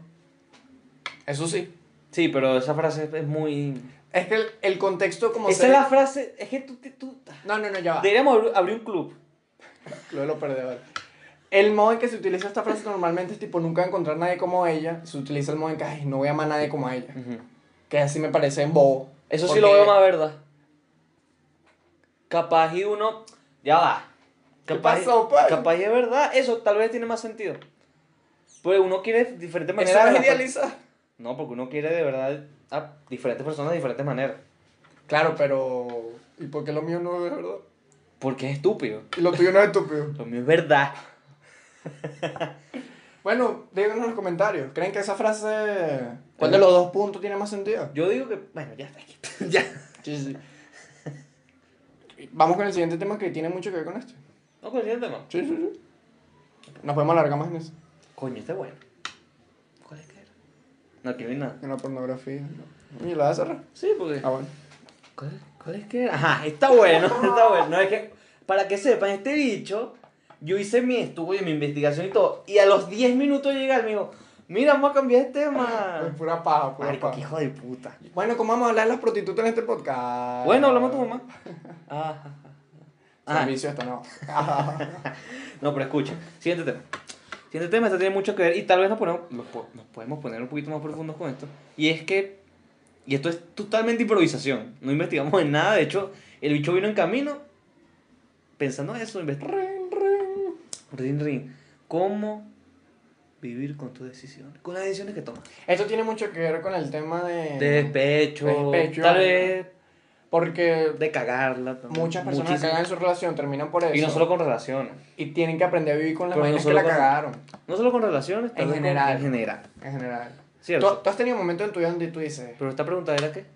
S1: Eso sí.
S2: Sí, pero esa frase es muy.
S1: Es que el, el contexto como...
S2: Esa
S1: se-
S2: es la frase. Es que tú. te- tú...
S1: No, no, no, ya va.
S2: Deberíamos abrir- abrir un club.
S1: Lo de los perdedores. El modo en que se utiliza esta frase normalmente es tipo nunca encontrar nadie como ella. Se utiliza el modo en que "Ay, no voy a amar a nadie como a ella. Que así me parece bobo.
S2: Eso
S1: Porque-
S2: sí lo veo más verdad. Capaz y uno. Ya va.
S1: ¿Qué
S2: Capaz,
S1: pasó, pues?
S2: Capaz y es verdad. Eso tal vez tiene más sentido. Pues uno quiere de diferentes
S1: Eso
S2: maneras.
S1: no es
S2: a la-
S1: idealizar.
S2: No, porque uno quiere de verdad a diferentes personas de diferentes maneras.
S1: Claro, pero... ¿Y por qué lo mío no es verdad?
S2: Porque es estúpido.
S1: Y lo tuyo no es estúpido.
S2: Lo mío es verdad.
S1: Bueno, díganos en los comentarios. ¿Creen que esa frase... ¿Cuál de
S2: Eh.
S1: los dos puntos tiene más sentido?
S2: Yo digo que. Bueno, ya está aquí. ya.
S1: Sí, sí. Vamos con el siguiente tema que tiene mucho que ver con este.
S2: No coincide tema.
S1: Sí, sí, sí. Nos podemos alargar más en eso.
S2: Coño, este es bueno. ¿Cuál es que era? No, aquí no hay nada.
S1: En la pornografía. ¿no? ¿Y la vas a cerrar?
S2: Sí, porque.
S1: Ah, bueno.
S2: ¿Cuál, cuál es que era? Ajá, está bueno, está bueno. No, es que, para que sepan, este bicho, yo hice mi estudio, mi investigación y todo. Y a los 10 minutos llega el mío. Mira, vamos a cambiar de tema.
S1: Es pura paja, pura
S2: Ah. Marico,
S1: paja.
S2: qué hijo de puta.
S1: Bueno, ¿cómo vamos a hablar de las prostitutas en este podcast? Ah.
S2: Bueno, hablamos a tu mamá. Ah, Ajá. Ajá.
S1: Servicio esto no.
S2: No, pero escucha. Siguiente tema. Siguiente tema, esto tiene mucho que ver y tal vez nos, ponemos, nos po- nos podemos poner un poquito más profundos con esto. Y es que, y esto es totalmente improvisación, no investigamos en nada, de hecho, el bicho vino en camino pensando eso, investigando.
S1: Ring, ring.
S2: Rin, rin. ¿Cómo vivir con tus decisiones? Con las decisiones que tomas.
S1: Esto tiene mucho que ver con el tema de...
S2: De despecho,
S1: Eh, Despecho,
S2: tal
S1: ¿no?
S2: vez
S1: Porque
S2: de cagarla. también.
S1: muchas personas que
S2: Muchísimo.
S1: cagan en su relación terminan por eso.
S2: Y no solo con relaciones.
S1: Y tienen que aprender a vivir con las
S2: Pero no
S1: vainas que
S2: solo
S1: la
S2: con-
S1: cagaron.
S2: No solo con relaciones, tal
S1: En
S2: vez con-
S1: general.
S2: en general.
S1: En general. ¿Tú,
S2: ¿Cierto?
S1: tú has tenido momentos en tu vida donde tú dices,
S2: Pero esta pregunta era qué?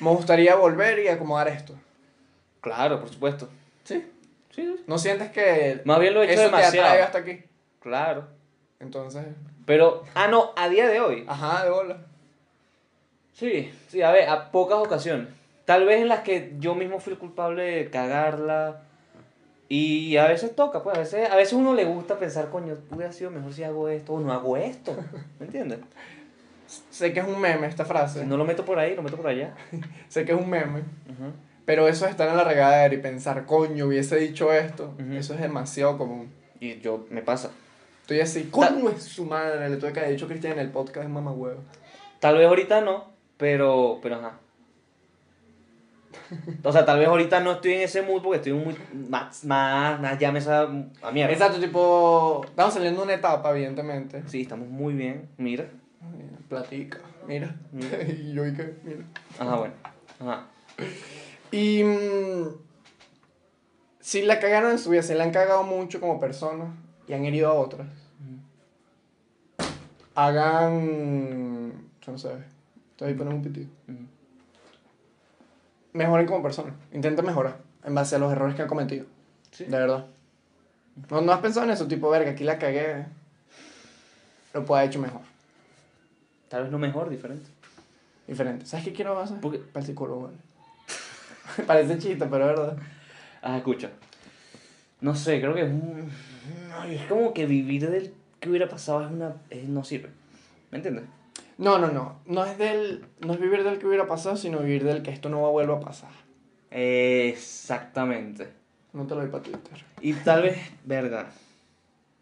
S1: me gustaría volver y acomodar esto.
S2: Claro, por supuesto.
S1: Sí.
S2: Sí, sí.
S1: ¿No sientes que
S2: Más bien lo he hecho
S1: eso te
S2: demasiado.
S1: atrae hasta aquí?
S2: Claro.
S1: Entonces,
S2: Pero, ah, no, a día de hoy.
S1: ajá, de bola.
S2: Sí, sí, a ver, a pocas ocasiones. Tal vez en las que yo mismo fui el culpable de cagarla. Y a veces toca, pues a veces, a veces uno le gusta pensar, coño, hubiera sido mejor si hago esto o no hago esto. ¿Me entiendes?
S1: Sé que es un meme esta frase.
S2: Si no lo meto por ahí, lo meto por allá.
S1: Sé que es un meme.
S2: Ujú.
S1: Pero eso de estar en la regadera y pensar, coño, hubiese dicho esto,
S2: Ujú.
S1: eso es demasiado común.
S2: Y yo, me pasa.
S1: Estoy así, coño es su madre, le tuve que haber dicho a Cristian en el podcast de mamá huevo.
S2: Tal vez ahorita no, pero, pero ajá. O sea, tal vez ahorita no estoy en ese mood porque estoy muy. Más, más, más llame esa. A mierda.
S1: Exacto, tipo, estamos saliendo de una etapa, evidentemente.
S2: Sí, estamos muy bien, mira.
S1: Mira, Platica, mira.
S2: Mira.
S1: y yo y que, mira.
S2: Ajá, bueno. Ajá.
S1: Y mm, si la cagaron en su vida, se la han cagado mucho como persona y han herido a otras. Hagan. Yo no sé. Te voy a poner un pitido.
S2: Ujú.
S1: Mejoren como persona. Intenta mejorar en base a los errores que han cometido.
S2: Sí.
S1: De verdad. No, no has pensado en eso, tipo, verga, aquí la cagué. Lo puedo haber hecho mejor.
S2: Tal vez no mejor, diferente.
S1: Diferente. ¿Sabes qué quiero hacer?
S2: ¿Por qué?
S1: Para el psicólogo. ¿vale? Parece chiste, pero es verdad.
S2: Ah, escucha. No sé, creo que es un- ay, es como que vivir del que hubiera pasado es una es- no sirve. ¿Me entiendes?
S1: No, no, no. No es del. No es vivir del que hubiera pasado, sino vivir del que esto no va a vuelva a pasar.
S2: Exactamente.
S1: No te lo doy para Twitter.
S2: Y tal vez, verga.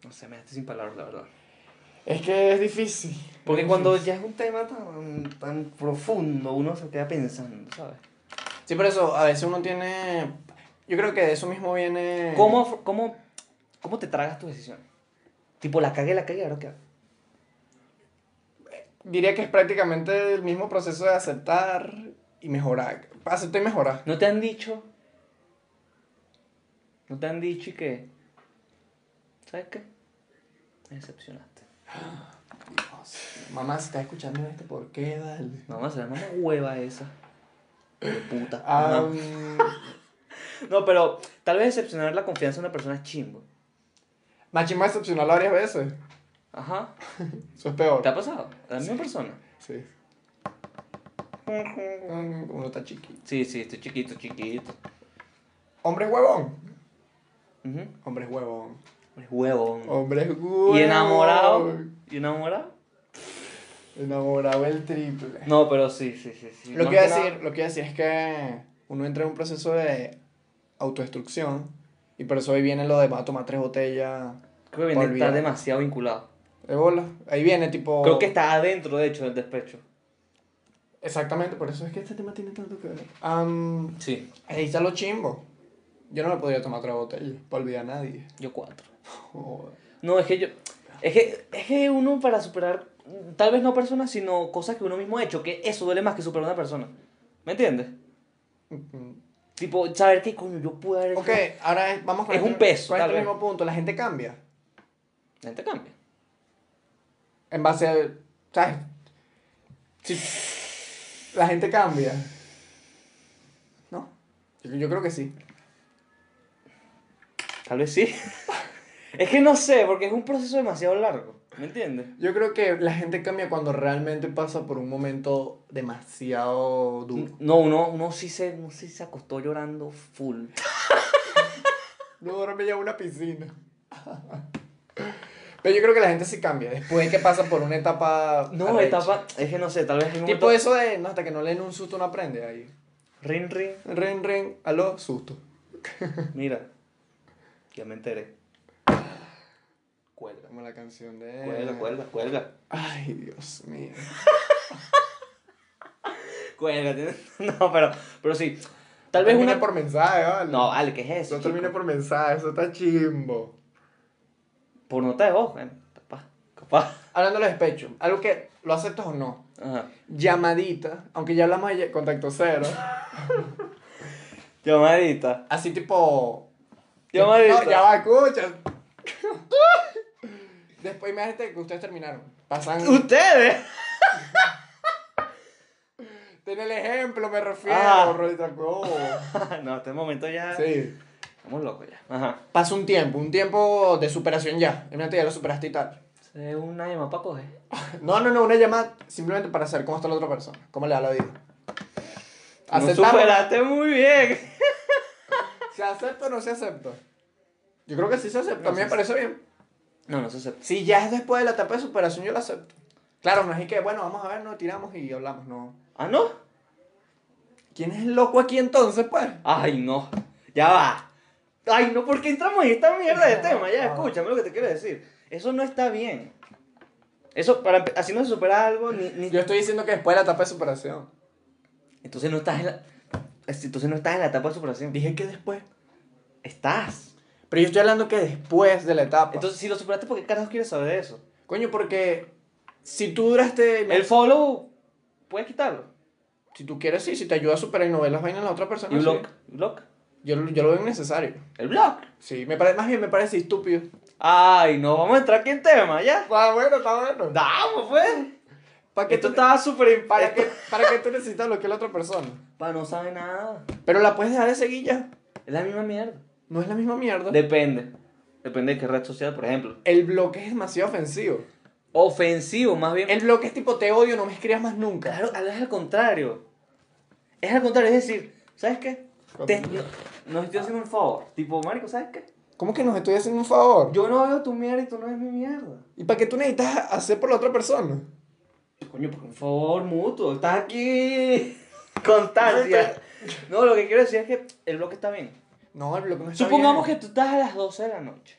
S2: No sé, me dejaste sin palabras, la verdad.
S1: Es que es difícil.
S2: Porque
S1: Es
S2: cuando
S1: difícil.
S2: ya es un tema tan, tan profundo, uno se queda pensando, ¿sabes?
S1: Sí, por eso a veces uno tiene. Yo creo que de eso mismo viene.
S2: ¿Cómo, cómo, cómo te tragas tu decisión? Tipo, la cagué, la cagué, ahora qué hago?
S1: Diría que es prácticamente el mismo proceso de aceptar y mejorar. Aceptar y mejorar.
S2: ¿No te han dicho? ¿No te han dicho y que... ¿Sabes qué? Me decepcionaste.
S1: Mamá, si estás escuchando esto, ¿por qué, vale?
S2: Mamá, se llama una hueva esa. De puta.
S1: Ah,
S2: No.
S1: mm,
S2: No, pero tal vez decepcionar la confianza de una persona es chimbo.
S1: Machismo excepcional varias veces.
S2: Ajá.
S1: Eso es peor.
S2: ¿Te ha pasado? La misma persona.
S1: Sí. Uno está chiquito.
S2: Sí, sí, estoy chiquito, chiquito.
S1: Hombre es huevón.
S2: Ujú.
S1: Hombre es huevón.
S2: Hombre, Huevón.
S1: Hombre es huevón.
S2: ¿Y enamorado? ¿Y enamorado?
S1: Enamorado el triple.
S2: No, pero sí, sí, sí. sí.
S1: Lo
S2: Más
S1: que, iba a
S2: que nada-
S1: decir, lo que iba a decir es que uno entra en un proceso de autodestrucción y por eso ahí viene lo de va a tomar tres botellas
S2: Creo que viene- está
S1: Olvidado.
S2: demasiado vinculado.
S1: de bola. Ahí viene tipo...
S2: Creo que está adentro, de hecho, del despecho.
S1: Exactamente, por eso es que este tema tiene tanto que ver. Am,
S2: Sí.
S1: ahí está lo chimbo. Yo no me podría tomar tres botellas para olvidar a nadie.
S2: Yo cuatro.
S1: Joder.
S2: No, es que yo. Es que, es que uno para superar, tal vez no personas, sino cosas que uno mismo ha hecho, que eso duele más que superar a una persona. ¿Me entiendes?
S1: Mm.
S2: Tipo, saber que coño yo pude haber hecho.
S1: Ok, ahora es- vamos con
S2: Es
S1: este-
S2: un peso,
S1: Con
S2: tal
S1: este
S2: vez.
S1: mismo punto, la gente cambia.
S2: La gente cambia.
S1: En base al. ¿Sabes? Si la gente cambia. ¿No? Yo, yo creo que sí.
S2: Tal vez sí. es que no sé, porque es un proceso demasiado largo. ¿Me entiendes?
S1: Yo creo que la gente cambia cuando realmente pasa por un momento demasiado duro.
S2: No, uno, uno, sí se, uno sí se acostó llorando full.
S1: No duerme ya en una piscina. Pero yo creo que la gente sí cambia después de que pasa por una etapa.
S2: No,
S1: arrecha.
S2: etapa. Es que no sé, tal vez hay un
S1: Tipo
S2: momento-
S1: eso de. No, hasta que no leen un susto no aprende ahí.
S2: Rin, rin.
S1: Ren, ren, aló, susto.
S2: Mira. Ya me enteré. Cuelga.
S1: Como la canción de.
S2: Cuelga, cuelga, cuelga.
S1: Ay, Dios mío.
S2: Cuelga. tienes- No, pero, pero sí. Tal vez
S1: Termina
S2: una.
S1: por mensaje, ¿vale?
S2: No, vale, ¿qué es eso?
S1: Eso
S2: chico?
S1: termina por mensaje, eso está chimbo.
S2: Por nota de voz, bueno, capaz. Capaz.
S1: Hablando del despecho, algo que lo aceptas o no.
S2: Ajá.
S1: Llamadita, aunque ya hablamos de ll- contacto cero.
S2: Llamadita.
S1: Así tipo.
S2: Llamadita.
S1: No, ya va, escucha. Después imagínate que ustedes terminaron. Pasan.
S2: ¿Ustedes?
S1: Ten el ejemplo, me refiero,
S2: Ah.
S1: Rodita, oh.
S2: no, hasta el momento ya.
S1: Sí.
S2: Estamos locos ya. Ajá.
S1: Pasa un tiempo, un tiempo de superación ya. Imagínate, ya lo superaste y tal.
S2: Es una llamada para coger.
S1: No, no, no, una llamada simplemente para saber cómo está la otra persona. ¿Cómo le da la vida?
S2: No
S1: ¿Aceptamos?
S2: superaste muy bien.
S1: ¿Se acepta o no se acepta? Yo creo que sí se acepta,
S2: No,
S1: a mí me
S2: sí.
S1: parece bien.
S2: No, no se acepta.
S1: Si ya es después de la etapa de superación, yo la acepto. Claro, no es que, bueno, vamos a ver, nos tiramos y hablamos, no.
S2: ¿Ah, no?
S1: ¿Quién es el loco aquí entonces, pues?
S2: Ay, no. Ya va. Ay, no, porque entramos en esta mierda de tema.
S1: Ah.
S2: Ya, escúchame lo que te quiero decir. Eso no está bien. Eso, para, empe- así no se supera algo, ni, ni-
S1: Yo estoy diciendo que después de la etapa de superación.
S2: Entonces no estás en la... Entonces no estás en la etapa de superación.
S1: Dije que después.
S2: Estás.
S1: Pero yo estoy hablando que después de la etapa.
S2: Entonces, si lo superaste, ¿por qué carajo quieres saber de eso?
S1: Coño, porque si tú duraste...
S2: El follow, puedes quitarlo.
S1: Si tú quieres, sí, si te ayuda a superar y no ver las vainas de la otra persona.
S2: Y
S1: Ah, sí.
S2: block. Block.
S1: Yo, lo- yo lo veo innecesario.
S2: El block.
S1: Sí, me parece, más bien me parece estúpido.
S2: Ay, no, vamos a entrar aquí en tema, ya.
S1: Está bueno, está bueno.
S2: Vamos, pues.
S1: ¿Para que
S2: Esto
S1: tú,
S2: estaba súper
S1: para
S2: impar.
S1: que, para que tú necesitas lo que la otra persona.
S2: Pa, no sabe nada.
S1: Pero la puedes dejar de seguir ya.
S2: Es la misma mierda.
S1: No es la misma mierda.
S2: Depende. Depende de qué red social, por ejemplo.
S1: El bloque es demasiado ofensivo.
S2: Ofensivo, más bien.
S1: El bloque es tipo, te odio, no me escribas más nunca.
S2: Claro, es al contrario. Es al contrario, es decir, ¿sabes qué? Te- no- nos estoy haciendo un favor. Tipo, marico, ¿sabes qué?
S1: ¿Cómo que nos estoy haciendo un favor?
S2: Yo no veo tu mierda y tú no ves mi mierda.
S1: ¿Y para qué tú necesitas hacer por la otra persona?
S2: Coño, por un favor mutuo. Estás aquí. Constancia. No, lo que quiero decir es que el bloque está bien.
S1: No, el bloque no está
S2: Supongamos
S1: bien.
S2: que tú estás a las 12 de la noche.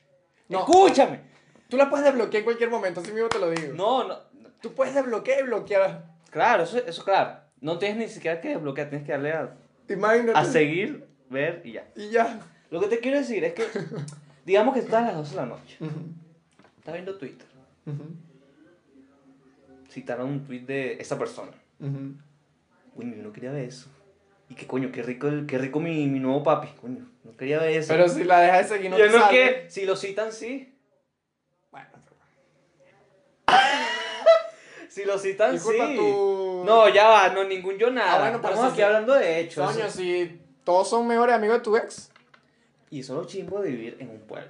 S1: No.
S2: Escúchame.
S1: Tú la puedes desbloquear en cualquier momento, así mismo te lo digo.
S2: No, no. no.
S1: Tú puedes desbloquear y bloquear.
S2: Claro, eso, eso claro. No tienes ni siquiera que desbloquear, tienes que darle a,
S1: Imagínate.
S2: a seguir, ver y ya.
S1: Y ya.
S2: Lo que te quiero decir es que, digamos que estás a las 12 de la noche. Estás viendo Twitter. Citaron un tweet de esa persona. Coño, yo no quería ver eso. Y que coño, qué rico, el- qué rico mi, mi nuevo papi. Coño, no quería ver eso.
S1: Pero si la dejas de seguir, no
S2: yo
S1: te
S2: no
S1: sale.
S2: que, si lo citan, sí.
S1: Bueno, pero-
S2: Si lo citan,
S1: Disculpa
S2: sí.
S1: tu-
S2: No, ya va, no, ningún yo nada.
S1: Ah, bueno, pero si-
S2: Estamos aquí hablando de hechos.
S1: Coño, si todos son mejores amigos de tu ex.
S2: Y eso es lo chimbo de vivir en un pueblo.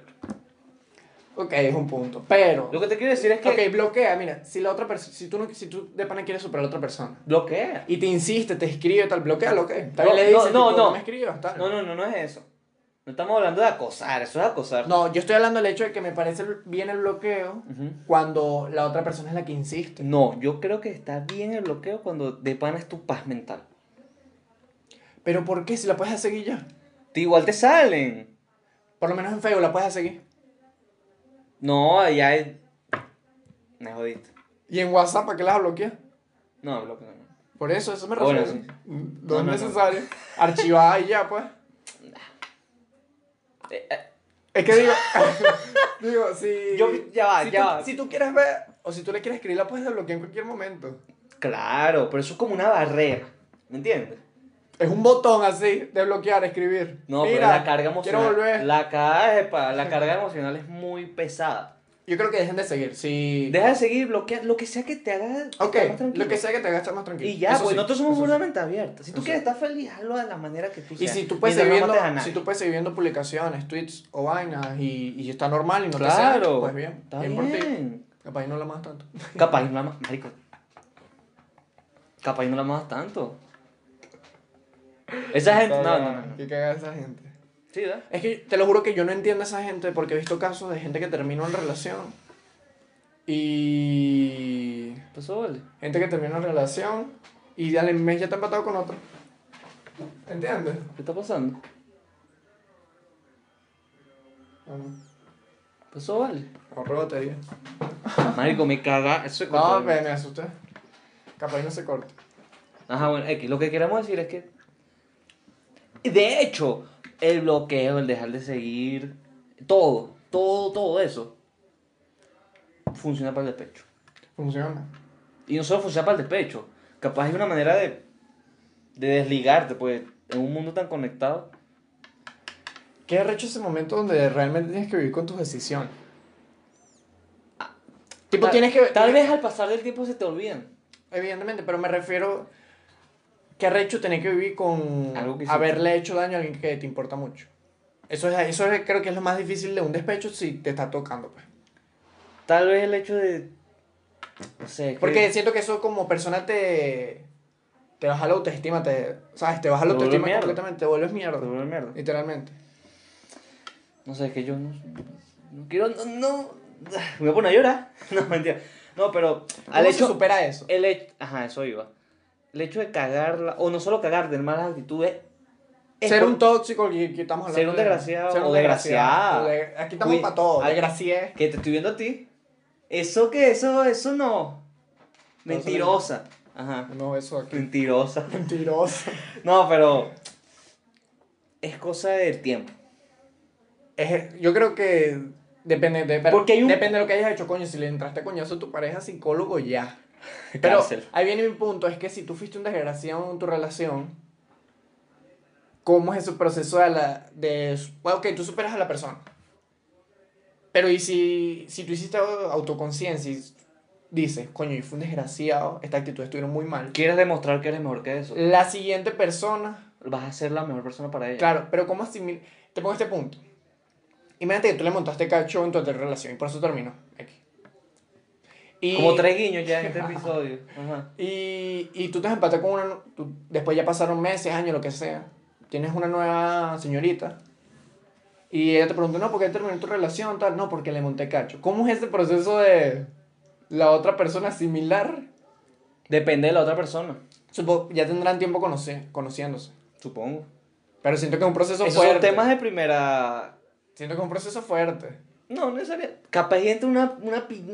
S1: Ok, es un punto. Pero.
S2: Lo que te quiero decir es que
S1: Ok, bloquea, mira, si la otra persona, si tú, no, si tú de pana quieres superar a la otra persona
S2: bloquea.
S1: y te insiste, te escribe tal, bloquealo, ok. Tal vez
S2: No,
S1: le dices, no,
S2: no, no,
S1: no,
S2: no.
S1: me escribas, tal.
S2: No, no, no, no es eso. No estamos hablando de acosar, eso es acosar.
S1: No, yo estoy hablando del hecho de que me parece bien el bloqueo
S2: Ujú.
S1: cuando la otra persona es la que insiste.
S2: Este, No, yo creo que está bien el bloqueo cuando de pana es tu paz mental.
S1: Pero ¿por qué? Si la puedes seguir ya.
S2: Te igual te salen.
S1: Por lo menos en Facebook la puedes seguir.
S2: No, ya es. Me jodiste.
S1: Y en WhatsApp, ¿para qué las bloqueas?
S2: No, bloqueo no.
S1: Por eso, eso me
S2: Bueno,
S1: refiero.
S2: sí.
S1: No
S2: No,
S1: es
S2: no, no.
S1: necesario. Archivada y ya, pues.
S2: Eh, eh,
S1: Es que digo, digo, si.
S2: Yo- ya va,
S1: si
S2: ya
S1: tú-
S2: va.
S1: Si tú quieres ver, o si tú le quieres escribir, la puedes desbloquear en cualquier momento.
S2: claro, pero eso es como una barrera. ¿Me entiendes?
S1: Es un botón así, desbloquear, escribir.
S2: No,
S1: Mira,
S2: pero la carga
S1: Quiero
S2: emocional.
S1: volver.
S2: La, ca- epa, la carga emocional es muy pesada.
S1: Yo creo que dejen de seguir. Si.
S2: Deja de seguir, bloquea lo que sea que te haga.
S1: ok,
S2: estar más tranquilo.
S1: lo que sea que te haga estar más tranquilo.
S2: Y ya,
S1: Eso
S2: pues
S1: sí,
S2: nosotros somos
S1: eso sí.
S2: una mente abierta. Si tú
S1: Eso
S2: quieres estar feliz, hazlo de la manera que tú
S1: Y
S2: seas.
S1: si tú, puedes
S2: Mientras
S1: seguir
S2: no
S1: viendo,
S2: mates a nadie.
S1: si tú puedes seguir viendo publicaciones, tweets o vainas y, y está normal y no te sale,
S2: Claro.
S1: pues bien,
S2: Está
S1: bien, por ti.
S2: bien.
S1: Capaz y no la más tanto.
S2: Capaz no la amas, marico. Capaz no la amas tanto. Esa gente, no, no, no, no.
S1: Qué cagada esa gente.
S2: Sí, ¿verdad?
S1: Es que te lo juro que yo no entiendo a esa gente porque he visto casos de gente que terminó en relación y
S2: Pasó, vale.
S1: gente que terminó en relación y al mes ya está empatado con otro. ¿Entiendes?
S2: ¿Qué está pasando? Pasó, vale.
S1: Ahorro batería.
S2: Marico, me caga. Eso es
S1: No,
S2: cosa-
S1: pues, me, me asusté. Capaz y no se corta.
S2: Ajá, bueno, X. Lo que queremos decir es que. De hecho, el bloqueo, el dejar de seguir, todo, todo, todo eso funciona para el despecho.
S1: Funciona.
S2: Y no solo funciona para el despecho. Capaz es una manera de, de desligarte, pues en un mundo tan conectado.
S1: ¿Qué arrecho ese momento donde realmente tienes que vivir con tus decisiones? Tipo,
S2: tal,
S1: tienes que.
S2: Tal vez al pasar del tiempo se te olvidan.
S1: Evidentemente, pero me refiero. Que arrecho tener que vivir con
S2: Algo que sí.
S1: haberle hecho daño a alguien que te importa mucho. Eso es, eso es- creo que es lo más difícil de un despecho si te está tocando, pues.
S2: Tal vez el hecho de. No sé. es que-
S1: Porque siento que eso como persona te. Te baja la autoestima, te. ¿Sabes? Te baja la
S2: Te vuelves
S1: autoestima
S2: mierda.
S1: completamente, te vuelves mierda.
S2: Te vuelves mierda.
S1: Literalmente.
S2: No sé, es que yo no, no quiero, no, no- me voy a poner a llorar. No, mentira. No, pero
S1: ¿Cómo
S2: al
S1: se
S2: hecho, eh,
S1: supera eso?
S2: el hecho, ajá, eso iba. El hecho de cagarla, o no solo cagar, de malas actitudes. es
S1: ser
S2: por-
S1: un tóxico, que, que estamos hablando.
S2: Ser un
S1: de-
S2: desgraciado
S1: ser un
S2: o
S1: desgraciado,
S2: desgraciada.
S1: o de- aquí estamos
S2: Cuid-
S1: para todo.
S2: Ah,
S1: Desgracié.
S2: Que te estoy viendo a ti. Eso que, eso, eso no. Mentirosa. Ajá.
S1: No, eso aquí.
S2: Mentirosa.
S1: Mentiroso.
S2: No, pero. Es cosa del tiempo.
S1: Es- yo creo que depende de, pero
S2: Porque hay un-
S1: depende de lo que hayas hecho, coño. Si le entraste coñazo a tu pareja, psicólogo ya. Pero
S2: Cárcel.
S1: ahí viene mi punto, es que si tú fuiste un desgraciado en tu relación, ¿cómo es ese proceso de la... De, bueno, ok, tú superas a la persona. Pero y si, si tú hiciste autoconciencia y dices, coño, yo fui un desgraciado, esta actitud estuvieron muy mal.
S2: Quieres demostrar que eres mejor que eso.
S1: La siguiente persona
S2: Vas a ser la mejor persona para ella.
S1: Claro, pero ¿cómo asimil... Te pongo este punto. Imagínate que tú le montaste cacho en tu anterior relación y por eso terminó. X. Y,
S2: Como tres guiños ya en este episodio. Ajá.
S1: Y, y tú te empatas con una... nu- tú- después ya pasaron meses, años, lo que sea. Tienes una nueva señorita. Y ella te pregunta, no, ¿por qué terminó tu relación? Tal, no, porque le monté cacho. ¿Cómo es ese proceso de la otra persona similar?
S2: Depende de la otra persona,
S1: Supo- ya tendrán tiempo conoci- conociéndose.
S2: supongo.
S1: Pero siento que es un proceso
S2: Esos
S1: fuerte.
S2: son temas de primera.
S1: Siento que es un proceso fuerte.
S2: No, no necesariamente. Capaz y entra una, una, pi-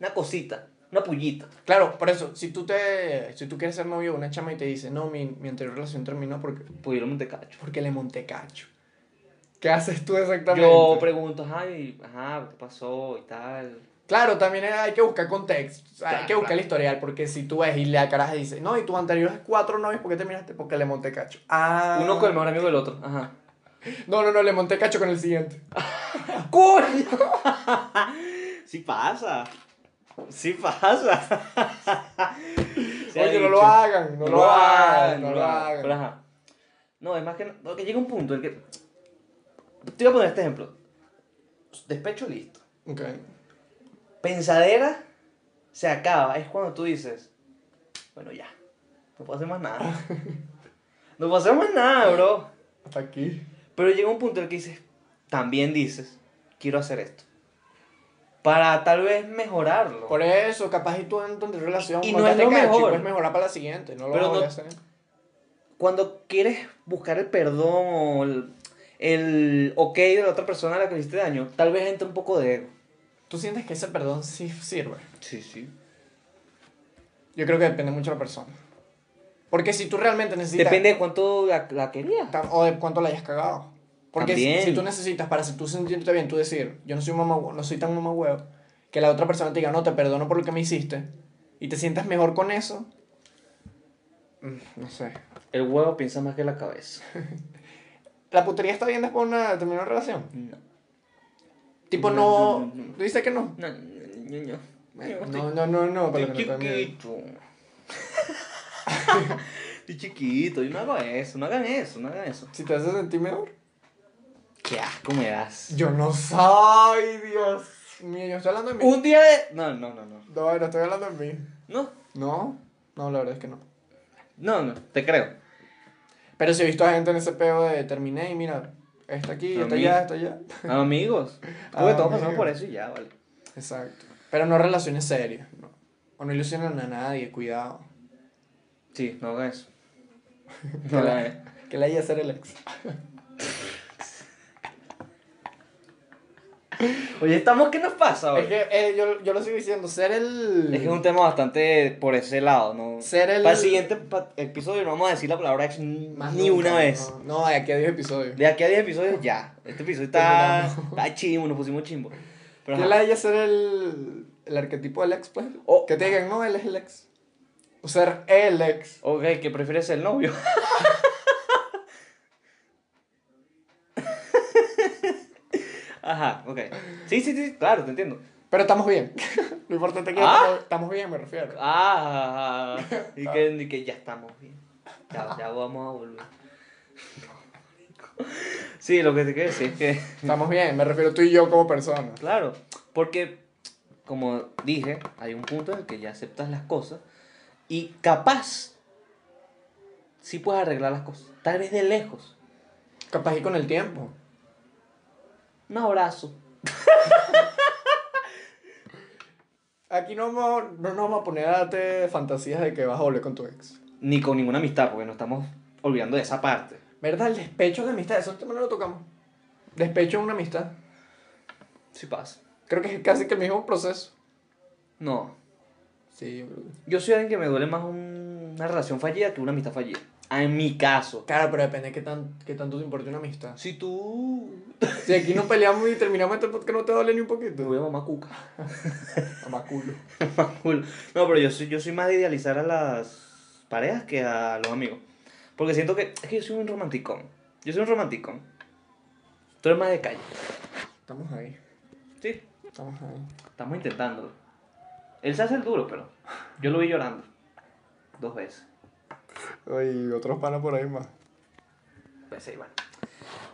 S2: una cosita, una pullita.
S1: Claro, por eso, si tú te si tú quieres ser novio de una chama y te dice, no, mi, mi anterior relación terminó porque,
S2: Pudieron un cacho.
S1: porque le monté cacho. ¿Qué haces tú exactamente?
S2: Yo pregunto, ay, ajá, ¿qué pasó? Y tal.
S1: claro, también hay que buscar contexto, o sea, hay
S2: Claro,
S1: que buscar
S2: claro.
S1: el historial, porque si tú ves y la caraja dice, no, y tus anteriores cuatro novios, ¿por qué terminaste? Porque le monté cacho. Ah.
S2: Uno con el mejor amigo del otro. Ajá.
S1: No, no, no, le monté cacho con el siguiente.
S2: ¡Coño! sí pasa. Sí pasa. Se ha
S1: Oye, no lo
S2: dicho.
S1: hagan, no, lo, hagan, no lo hagan.
S2: Pero ajá. No, es más que. no- que llega un punto en que. Te voy a poner este ejemplo. Despecho listo.
S1: Ok.
S2: Pensadera se acaba. Es cuando tú dices. Bueno, ya. No puedo hacer más nada. no puedo hacer más nada, bro.
S1: Hasta aquí.
S2: Pero llega un punto en el que dices. También dices. Quiero hacer esto. Para tal vez mejorarlo.
S1: Por eso, capaz y tú en tu anterior relación
S2: Y no
S1: montaste
S2: es lo
S1: cacho y
S2: mejor.
S1: puedes mejorar para la siguiente, no lo vas
S2: Pero
S1: a volver
S2: no-
S1: a hacer.
S2: cuando quieres buscar el perdón o el, el ok de la otra persona a la que le hiciste daño, tal vez entra un poco de ego.
S1: ¿Tú sientes que ese perdón sí sirve?
S2: Sí, sí.
S1: Yo creo que depende mucho de la persona. Porque si tú realmente necesitas...
S2: Depende de cuánto la, la querías.
S1: tam- O de cuánto la hayas cagado. Porque si,
S2: También.
S1: si tú necesitas, para si tú sentirte bien, tú decir, yo no soy un mamá, no soy tan mamá huevo, que la otra persona te diga, no, te perdono por lo que me hiciste, y te sientas mejor con eso, mm, no sé.
S2: El huevo piensa más que la cabeza.
S1: ¿La putería está bien después de una determinada relación?
S2: No.
S1: Tipo,
S2: No,
S1: no...
S2: no, no, no.
S1: ¿Tú dices que no?
S2: No, no, no.
S1: No, no, no, no, para que no te den miedo.
S2: De chiquito, yo no hago eso, no hagan eso, no hagan eso.
S1: Si te hace sentir mejor.
S2: Qué asco me das.
S1: Yo no sé, ay, Dios mío, yo estoy hablando de mí.
S2: Un día de. No, no, no, no.
S1: No, no estoy hablando de mí.
S2: No,
S1: No, no, la verdad es que no.
S2: no, no, te creo.
S1: Pero si he visto a gente en ese peo de terminé y mira, está aquí,
S2: A
S1: está
S2: mí.
S1: allá, está allá.
S2: Amigos. Ah, Creo que todos pasamos por eso y ya, vale.
S1: Exacto. Pero no relaciones serias, no. O no ilusionan a nadie, cuidado.
S2: Sí, no hagan eso.
S1: Que la,
S2: eh.
S1: que la haya ser el ex.
S2: Oye, estamos, ¿qué nos pasa hoy?
S1: Es que eh, yo, yo lo sigo diciendo, ser el.
S2: Es que es un tema bastante por ese lado, ¿no?
S1: Ser el-
S2: Para el siguiente pa- episodio no vamos a decir la palabra ex ni
S1: Más
S2: ni
S1: nunca,
S2: una vez.
S1: No, no, de aquí a 10 episodios.
S2: De aquí a 10 episodios ya. Este episodio está, está chimbo, nos pusimos chimbo. Pero
S1: Que
S2: ajá. Oh,
S1: la haya ser el. El arquetipo del ex, pues.
S2: O-
S1: Que te digan, no, él es el ex. O ser el ex.
S2: Ok, que prefieres el novio. Ajá, ok. Sí, sí, sí, claro, te entiendo.
S1: Pero estamos bien. Lo importante es que
S2: Ah.
S1: estamos- estamos bien, me refiero.
S2: Ah, y que, y que ya estamos bien. Ya, ya vamos a volver. Sí, lo que te quiero decir es que,
S1: Estamos bien, me refiero tú y yo como personas.
S2: claro, porque, como dije, hay un punto en el que ya aceptas las cosas y capaz sí puedes arreglar las cosas, tal vez de lejos.
S1: Capaz y con el tiempo.
S2: Un abrazo.
S1: Aquí no, vamos- no nos vamos a poner a darte fantasías de que vas a volver con tu ex.
S2: Ni con ninguna amistad, porque nos estamos olvidando de esa parte.
S1: ¿Verdad? El despecho de amistad, eso también lo tocamos. Despecho de una amistad.
S2: Sí pasa.
S1: Creo que es casi que el mismo proceso.
S2: No,
S1: Sí, yo creo que-
S2: Yo soy alguien que me duele más un- una relación fallida que una amistad fallida. Ah, En mi caso.
S1: Claro, pero depende de qué, tan, qué tanto te importe una amistad.
S2: Si tú...
S1: Si aquí no peleamos y terminamos este podcast, no te duele ni un
S2: Te
S1: poquito.
S2: voy a mamar cuca.
S1: Mamá culo.
S2: Mamar culo. no, pero yo soy, yo soy más de idealizar a las parejas que a los amigos. Porque siento que... Es que yo soy un romanticón. Yo soy un romanticón. Tú eres más de calle.
S1: Estamos ahí.
S2: Sí.
S1: Estamos ahí.
S2: Estamos intentándolo. Él se hace el duro, pero... Yo lo vi llorando. Dos veces.
S1: Y otros panas por ahí más.
S2: Pues sí, bueno.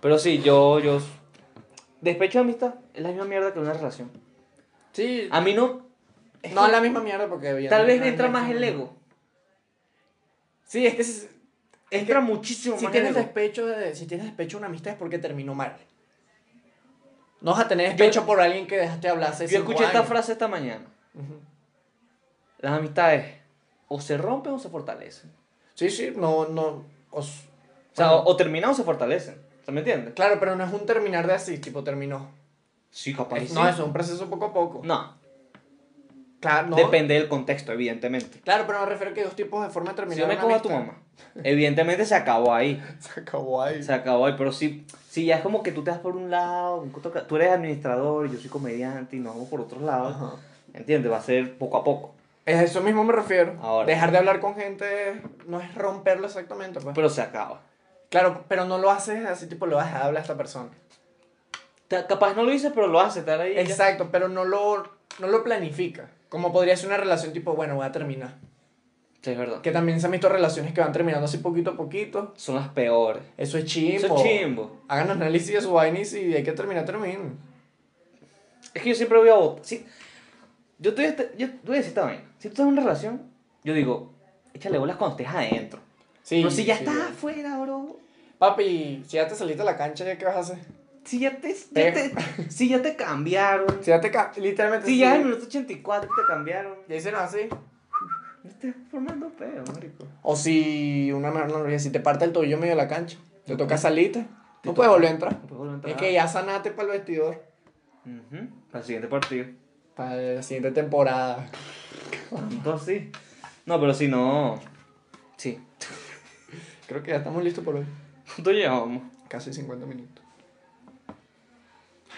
S2: Pero sí, yo... yo... Despecho de amistad es la misma mierda que una relación.
S1: Sí.
S2: A mí no... es
S1: no
S2: que-
S1: es la misma mierda porque...
S2: Tal
S1: evidentemente no
S2: vez le
S1: es
S2: entra
S1: la
S2: más el
S1: misma-
S2: ego. este
S1: Sí, es que si, Es
S2: Entra
S1: que
S2: muchísimo
S1: si
S2: más
S1: tienes
S2: el ego.
S1: despecho de, si tienes despecho de una amistad es porque terminó mal. No vas a tener despecho por alguien que dejaste hablar hace
S2: Yo
S1: cinco
S2: escuché esta
S1: años.
S2: frase esta mañana.
S1: Ujú.
S2: Las amistades o se rompen o se fortalecen.
S1: Sí, sí, no, no. os-
S2: O sea,
S1: bueno,
S2: o, o terminan o se fortalecen. ¿O sea, ¿Me entiendes?
S1: claro, pero no es un terminar de así, tipo terminó.
S2: Sí, capaz. y
S1: Es-
S2: sí.
S1: No, eso es un proceso poco a poco.
S2: No,
S1: Claro, no.
S2: depende del contexto, evidentemente.
S1: Claro, pero me refiero a que hay dos tipos de forma de terminar.
S2: Si yo me
S1: una
S2: cojo a tu
S1: amistad.
S2: mamá, evidentemente se acabó ahí.
S1: Se acabó ahí.
S2: Se acabó ahí. Pero sí, sí, ya es como que tú te vas por un lado, encuentro que- tú eres administrador, yo soy comediante y nos vamos por otro lado.
S1: Ajá.
S2: ¿Entiendes? Va a ser poco a poco.
S1: Es a eso mismo me refiero.
S2: Ahora.
S1: Dejar de hablar con gente no es romperlo exactamente, pues.
S2: Pero se acaba.
S1: claro, pero no lo haces así, tipo, lo vas a dejar de hablar a esta persona.
S2: Ta- Capaz no lo hice, pero lo vas a aceptar ahí. y ya.
S1: Exacto, pero no lo, no lo planifica. Como podría ser una relación tipo, bueno, voy a terminar.
S2: Sí, es verdad.
S1: Que también se han visto relaciones que van terminando así poquito a poquito.
S2: Son las peores.
S1: Eso es chimbo.
S2: Eso es chimbo.
S1: Hagan análisis de su vaina y si hay que terminar, terminen.
S2: Es que yo siempre voy a votar. Sí. Yo te, te- yo te voy a decir también. Si tú estás en una relación, yo digo, échale bolas cuando estés adentro.
S1: Sí,
S2: Pero si ya
S1: sí.
S2: estás afuera, bro.
S1: Papi, si ya te saliste a la cancha, ¿ya qué vas a hacer?
S2: Si ya te, ya te- si ya te cambiaron.
S1: Si ya te ca- literalmente.
S2: Si ya en el
S1: Eh. sí.
S2: minuto 84 te cambiaron.
S1: Ya hicieron así.
S2: No estés formando pedo, marico.
S1: O si una no, no, si te parte el tobillo en medio de la cancha, te toca salita, no
S2: toca.
S1: puedes volver a entrar.
S2: No puedo volver a entrar.
S1: Es que ya sanaste para el vestidor.
S2: Ujú. Para el siguiente partido.
S1: Para la siguiente temporada.
S2: Entonces sí. No, pero si no. Sí.
S1: Creo que ya estamos listos por hoy.
S2: ¿Cuánto llevamos?
S1: Casi 50 minutos.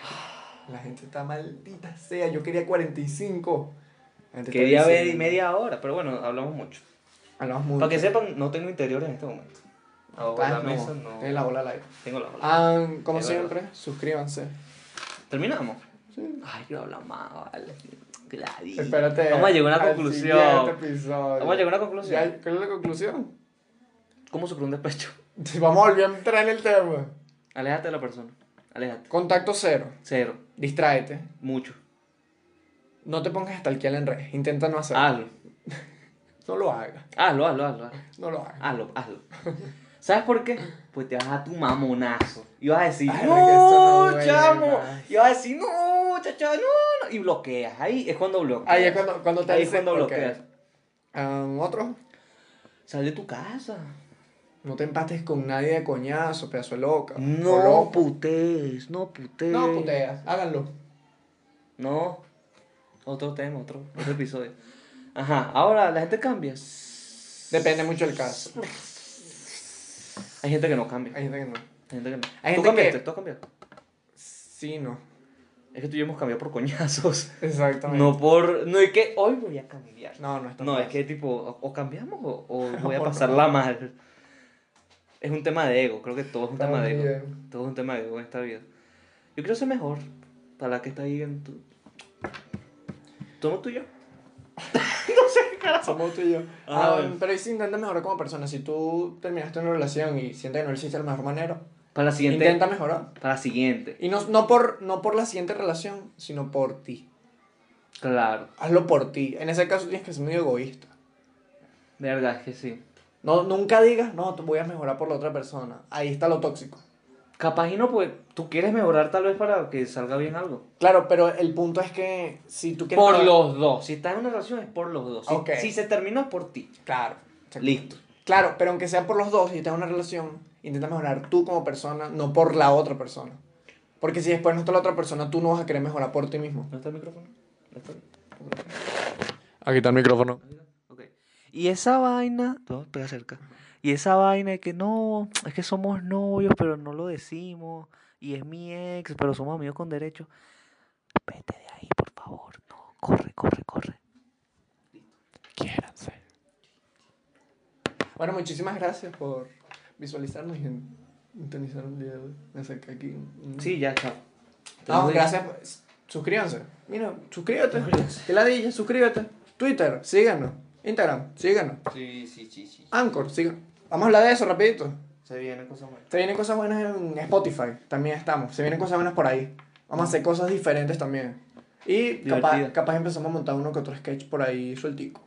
S1: Ah, La gente está maldita sea. Yo quería 45. La gente está
S2: Quería ver y
S1: diciendo-
S2: media hora, pero bueno, hablamos mucho.
S1: Hablamos mucho.
S2: Para que sepan, no tengo interior en este momento. No,
S1: Ah,
S2: la
S1: no,
S2: mesa no.
S1: Tiene la bola live.
S2: Tengo la bola.
S1: Ah, como
S2: Es
S1: siempre,
S2: verdad.
S1: suscríbanse.
S2: ¿Terminamos?
S1: Sí.
S2: Ay, quiero hablar más, vale. Gladys.
S1: Espérate.
S2: Vamos a llegar a una
S1: al
S2: conclusión.
S1: siguiente episodio.
S2: Vamos a llegar a una conclusión.
S1: Ya, ¿Cuál es la conclusión?
S2: ¿Cómo sufrir un despecho?
S1: Vamos a volver a entrar en el tema.
S2: Aléjate de la persona. Aléjate.
S1: Contacto cero.
S2: Cero.
S1: Distráete.
S2: Mucho.
S1: No te pongas hasta el en red. Intenta no hacerlo.
S2: Hazlo.
S1: No lo hagas.
S2: Hazlo, hazlo, hazlo. hazlo.
S1: No lo hagas.
S2: Hazlo, hazlo. ¿Sabes por qué? Pues te vas a tu mamonazo. Y vas a decir,
S1: Ay, verga, eso no
S2: no,
S1: duele
S2: chamo.
S1: más.
S2: Y vas a decir, no, chacha, no, no. Y bloqueas. Ahí es cuando bloqueas.
S1: Ahí es cuando, cuando te
S2: Ahí es
S1: dicen,
S2: cuando
S1: ok.
S2: bloqueas.
S1: Ah, Otro.
S2: Sal de tu casa.
S1: No te empates con nadie de coñazo, pedazo de loca. o
S2: No
S1: loco.
S2: putees, no putees.
S1: No puteas. Háganlo.
S2: No. Otro tema, otro, otro episodio. Ajá, ahora la gente cambia.
S1: Depende mucho del caso.
S2: Hay gente que no cambia.
S1: Hay gente que no.
S2: Hay gente que no.
S1: Hay
S2: tú
S1: gente
S2: cambiaste,
S1: que-
S2: tú has cambiado.
S1: Sí, no.
S2: Es que tú y yo hemos cambiado por coñazos.
S1: Exactamente.
S2: No por. No es que hoy voy a cambiar.
S1: No, no está
S2: No,
S1: mal.
S2: es que tipo, o- o cambiamos o, o voy a
S1: O no.
S2: pasarla mal. Es un tema de ego, creo que todo es un
S1: Está
S2: tema de
S1: muy
S2: ego.
S1: bien.
S2: Todo es un tema de ego en esta vida. Yo quiero ser mejor para la que está ahí en tu. ¿Somos tú y yo?
S1: Somos tú y yo.
S2: Ah,
S1: Ah,
S2: bueno.
S1: Pero ahí sí intenta mejorar como persona. Si tú terminaste una relación y sientes que no hiciste de la mejor manera,
S2: Para la siguiente.
S1: intenta mejorar.
S2: Para la siguiente.
S1: Y no, no, por, no por la siguiente relación, sino por ti.
S2: Claro.
S1: Hazlo por ti. En ese caso tienes que ser muy egoísta.
S2: Verdad es que sí.
S1: No, nunca digas, no, te voy a mejorar por la otra persona. Ahí está lo tóxico.
S2: Capaz y no, pues tú quieres mejorar tal vez para que salga bien algo.
S1: Claro, pero el punto es que si tú quieres...
S2: Por
S1: mejorar-
S2: los dos. Si estás en una relación es por los dos. Si,
S1: Ok.
S2: si se terminó es por ti.
S1: Claro.
S2: Listo.
S1: Claro, pero aunque sea por los dos y estás en una relación, intenta mejorar tú como persona, no por la otra persona. Porque si después no está la otra persona, tú no vas a querer mejorar por ti mismo.
S2: ¿No está el micrófono? ¿No está el micrófono?
S1: Aquí está el micrófono.
S2: Ok. Y esa vaina. No, pega cerca. Y esa vaina de que no, es que somos novios, pero no lo decimos. Y es mi ex, pero somos amigos con derecho. Vete de ahí, por favor. No, corre, corre, corre.
S1: Quiéranse. Bueno, muchísimas gracias por visualizarnos y en- sintonizar el día de hoy. Me acerqué aquí.
S2: Sí, ya, chao.
S1: Ah, gracias. pues, Suscríbanse. Mira, suscríbete.
S2: Suscríbanse.
S1: Te la dije, suscríbete. Twitter, síganos. Instagram, síganos.
S2: Sí, sí, sí, sí.
S1: Anchor, síganos. Vamos a hablar de eso rapidito.
S2: Se vienen cosas buenas.
S1: Se vienen cosas buenas en Spotify, también estamos. Se vienen cosas buenas por ahí. Vamos a hacer cosas diferentes también. Y capaz,
S2: Divertido.
S1: capaz empezamos a montar uno que otro sketch por ahí sueltico.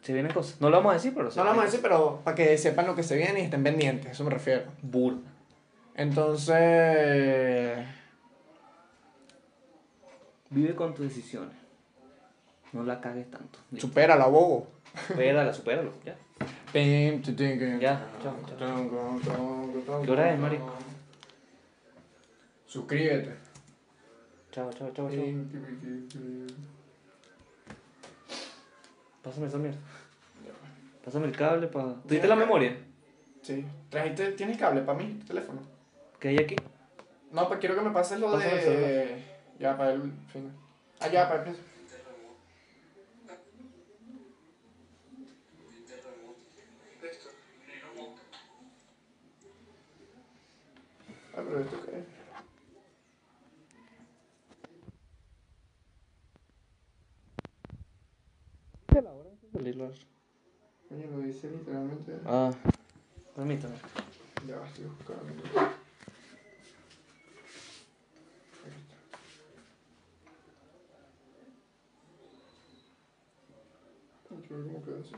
S2: Se vienen cosas. No lo vamos a decir, pero se
S1: No lo vamos a decir,
S2: vienen
S1: pero para que sepan lo que se viene y estén pendientes, eso me refiero.
S2: cosas. Burda.
S1: Entonces...
S2: Vive con tus decisiones. No la cagues tanto.
S1: Supera la bobo.
S2: Supérala, supéralo. Ya. Ya, chao, ¿Qué hora es, marico?
S1: Suscríbete.
S2: Chao, chao, chao, chao. Pásame esa mierda. Pásame el cable para. ¿Tuviste la memoria?
S1: Sí. ¿Trajiste, ¿Tienes cable para mí? Teléfono.
S2: ¿Qué hay aquí?
S1: No, pues quiero que me pases lo
S2: Pásame el
S1: de. Ya, para el final. Ah, ya, para el final. Ah, pero esto qué es. Coño, lo dice literalmente.
S2: Ah. Permítame.
S1: Ya, estoy buscando. Aquí ver cómo queda eso.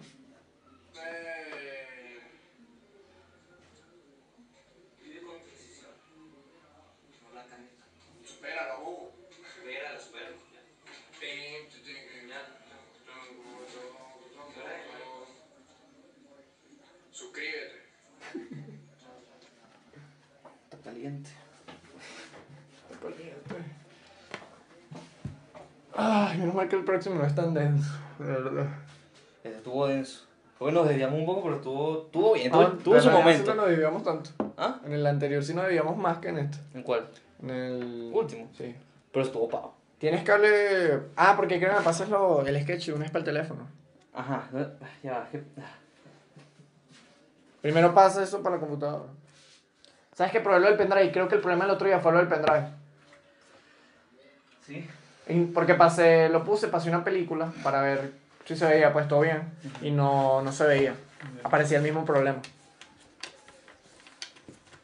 S1: Suscríbete.
S2: Está caliente.
S1: Ay, menos mal que el próximo no es tan denso, de verdad.
S2: Ese Este, estuvo denso. Porque nos desviamos un poco, pero estuvo, estuvo bien. Tuvo,
S1: Ah,
S2: tuvo
S1: pero
S2: su
S1: en este
S2: momento.
S1: No nos debíamos tanto.
S2: ¿Ah?
S1: En el anterior sí nos debíamos más que en este.
S2: ¿En cuál?
S1: En el.
S2: Último.
S1: Sí.
S2: Pero estuvo pavo.
S1: Tienes cable. Ah, porque creo que me pasas lo... el sketch unes para el teléfono.
S2: Ajá. ah, Ya, va, que- ah,
S1: Primero pasa eso para la computadora. ¿Sabes qué? Probé lo del pendrive. Creo que el problema el otro día fue lo del pendrive.
S2: Sí.
S1: Y- Porque pasé, lo puse, pasé una película para ver si se veía, pues todo bien. Y no, no se veía. Aparecía el mismo problema.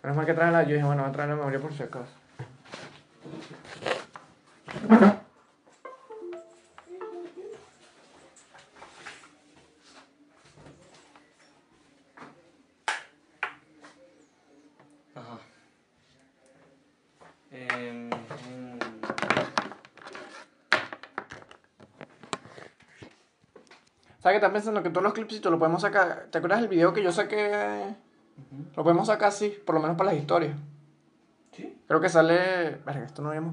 S1: Menos mal que trae la. Yo dije, bueno, voy a traer la memoria por si acaso.
S2: Ajá. Em, em.
S1: ¿Sabes que también pensando que todos los clipsitos lo podemos sacar? ¿Te acuerdas del video que yo saqué?
S2: Ujú.
S1: Lo podemos sacar así, por lo menos para las historias.
S2: ¿Sí?
S1: Creo que sale. Verga, esto no habíamos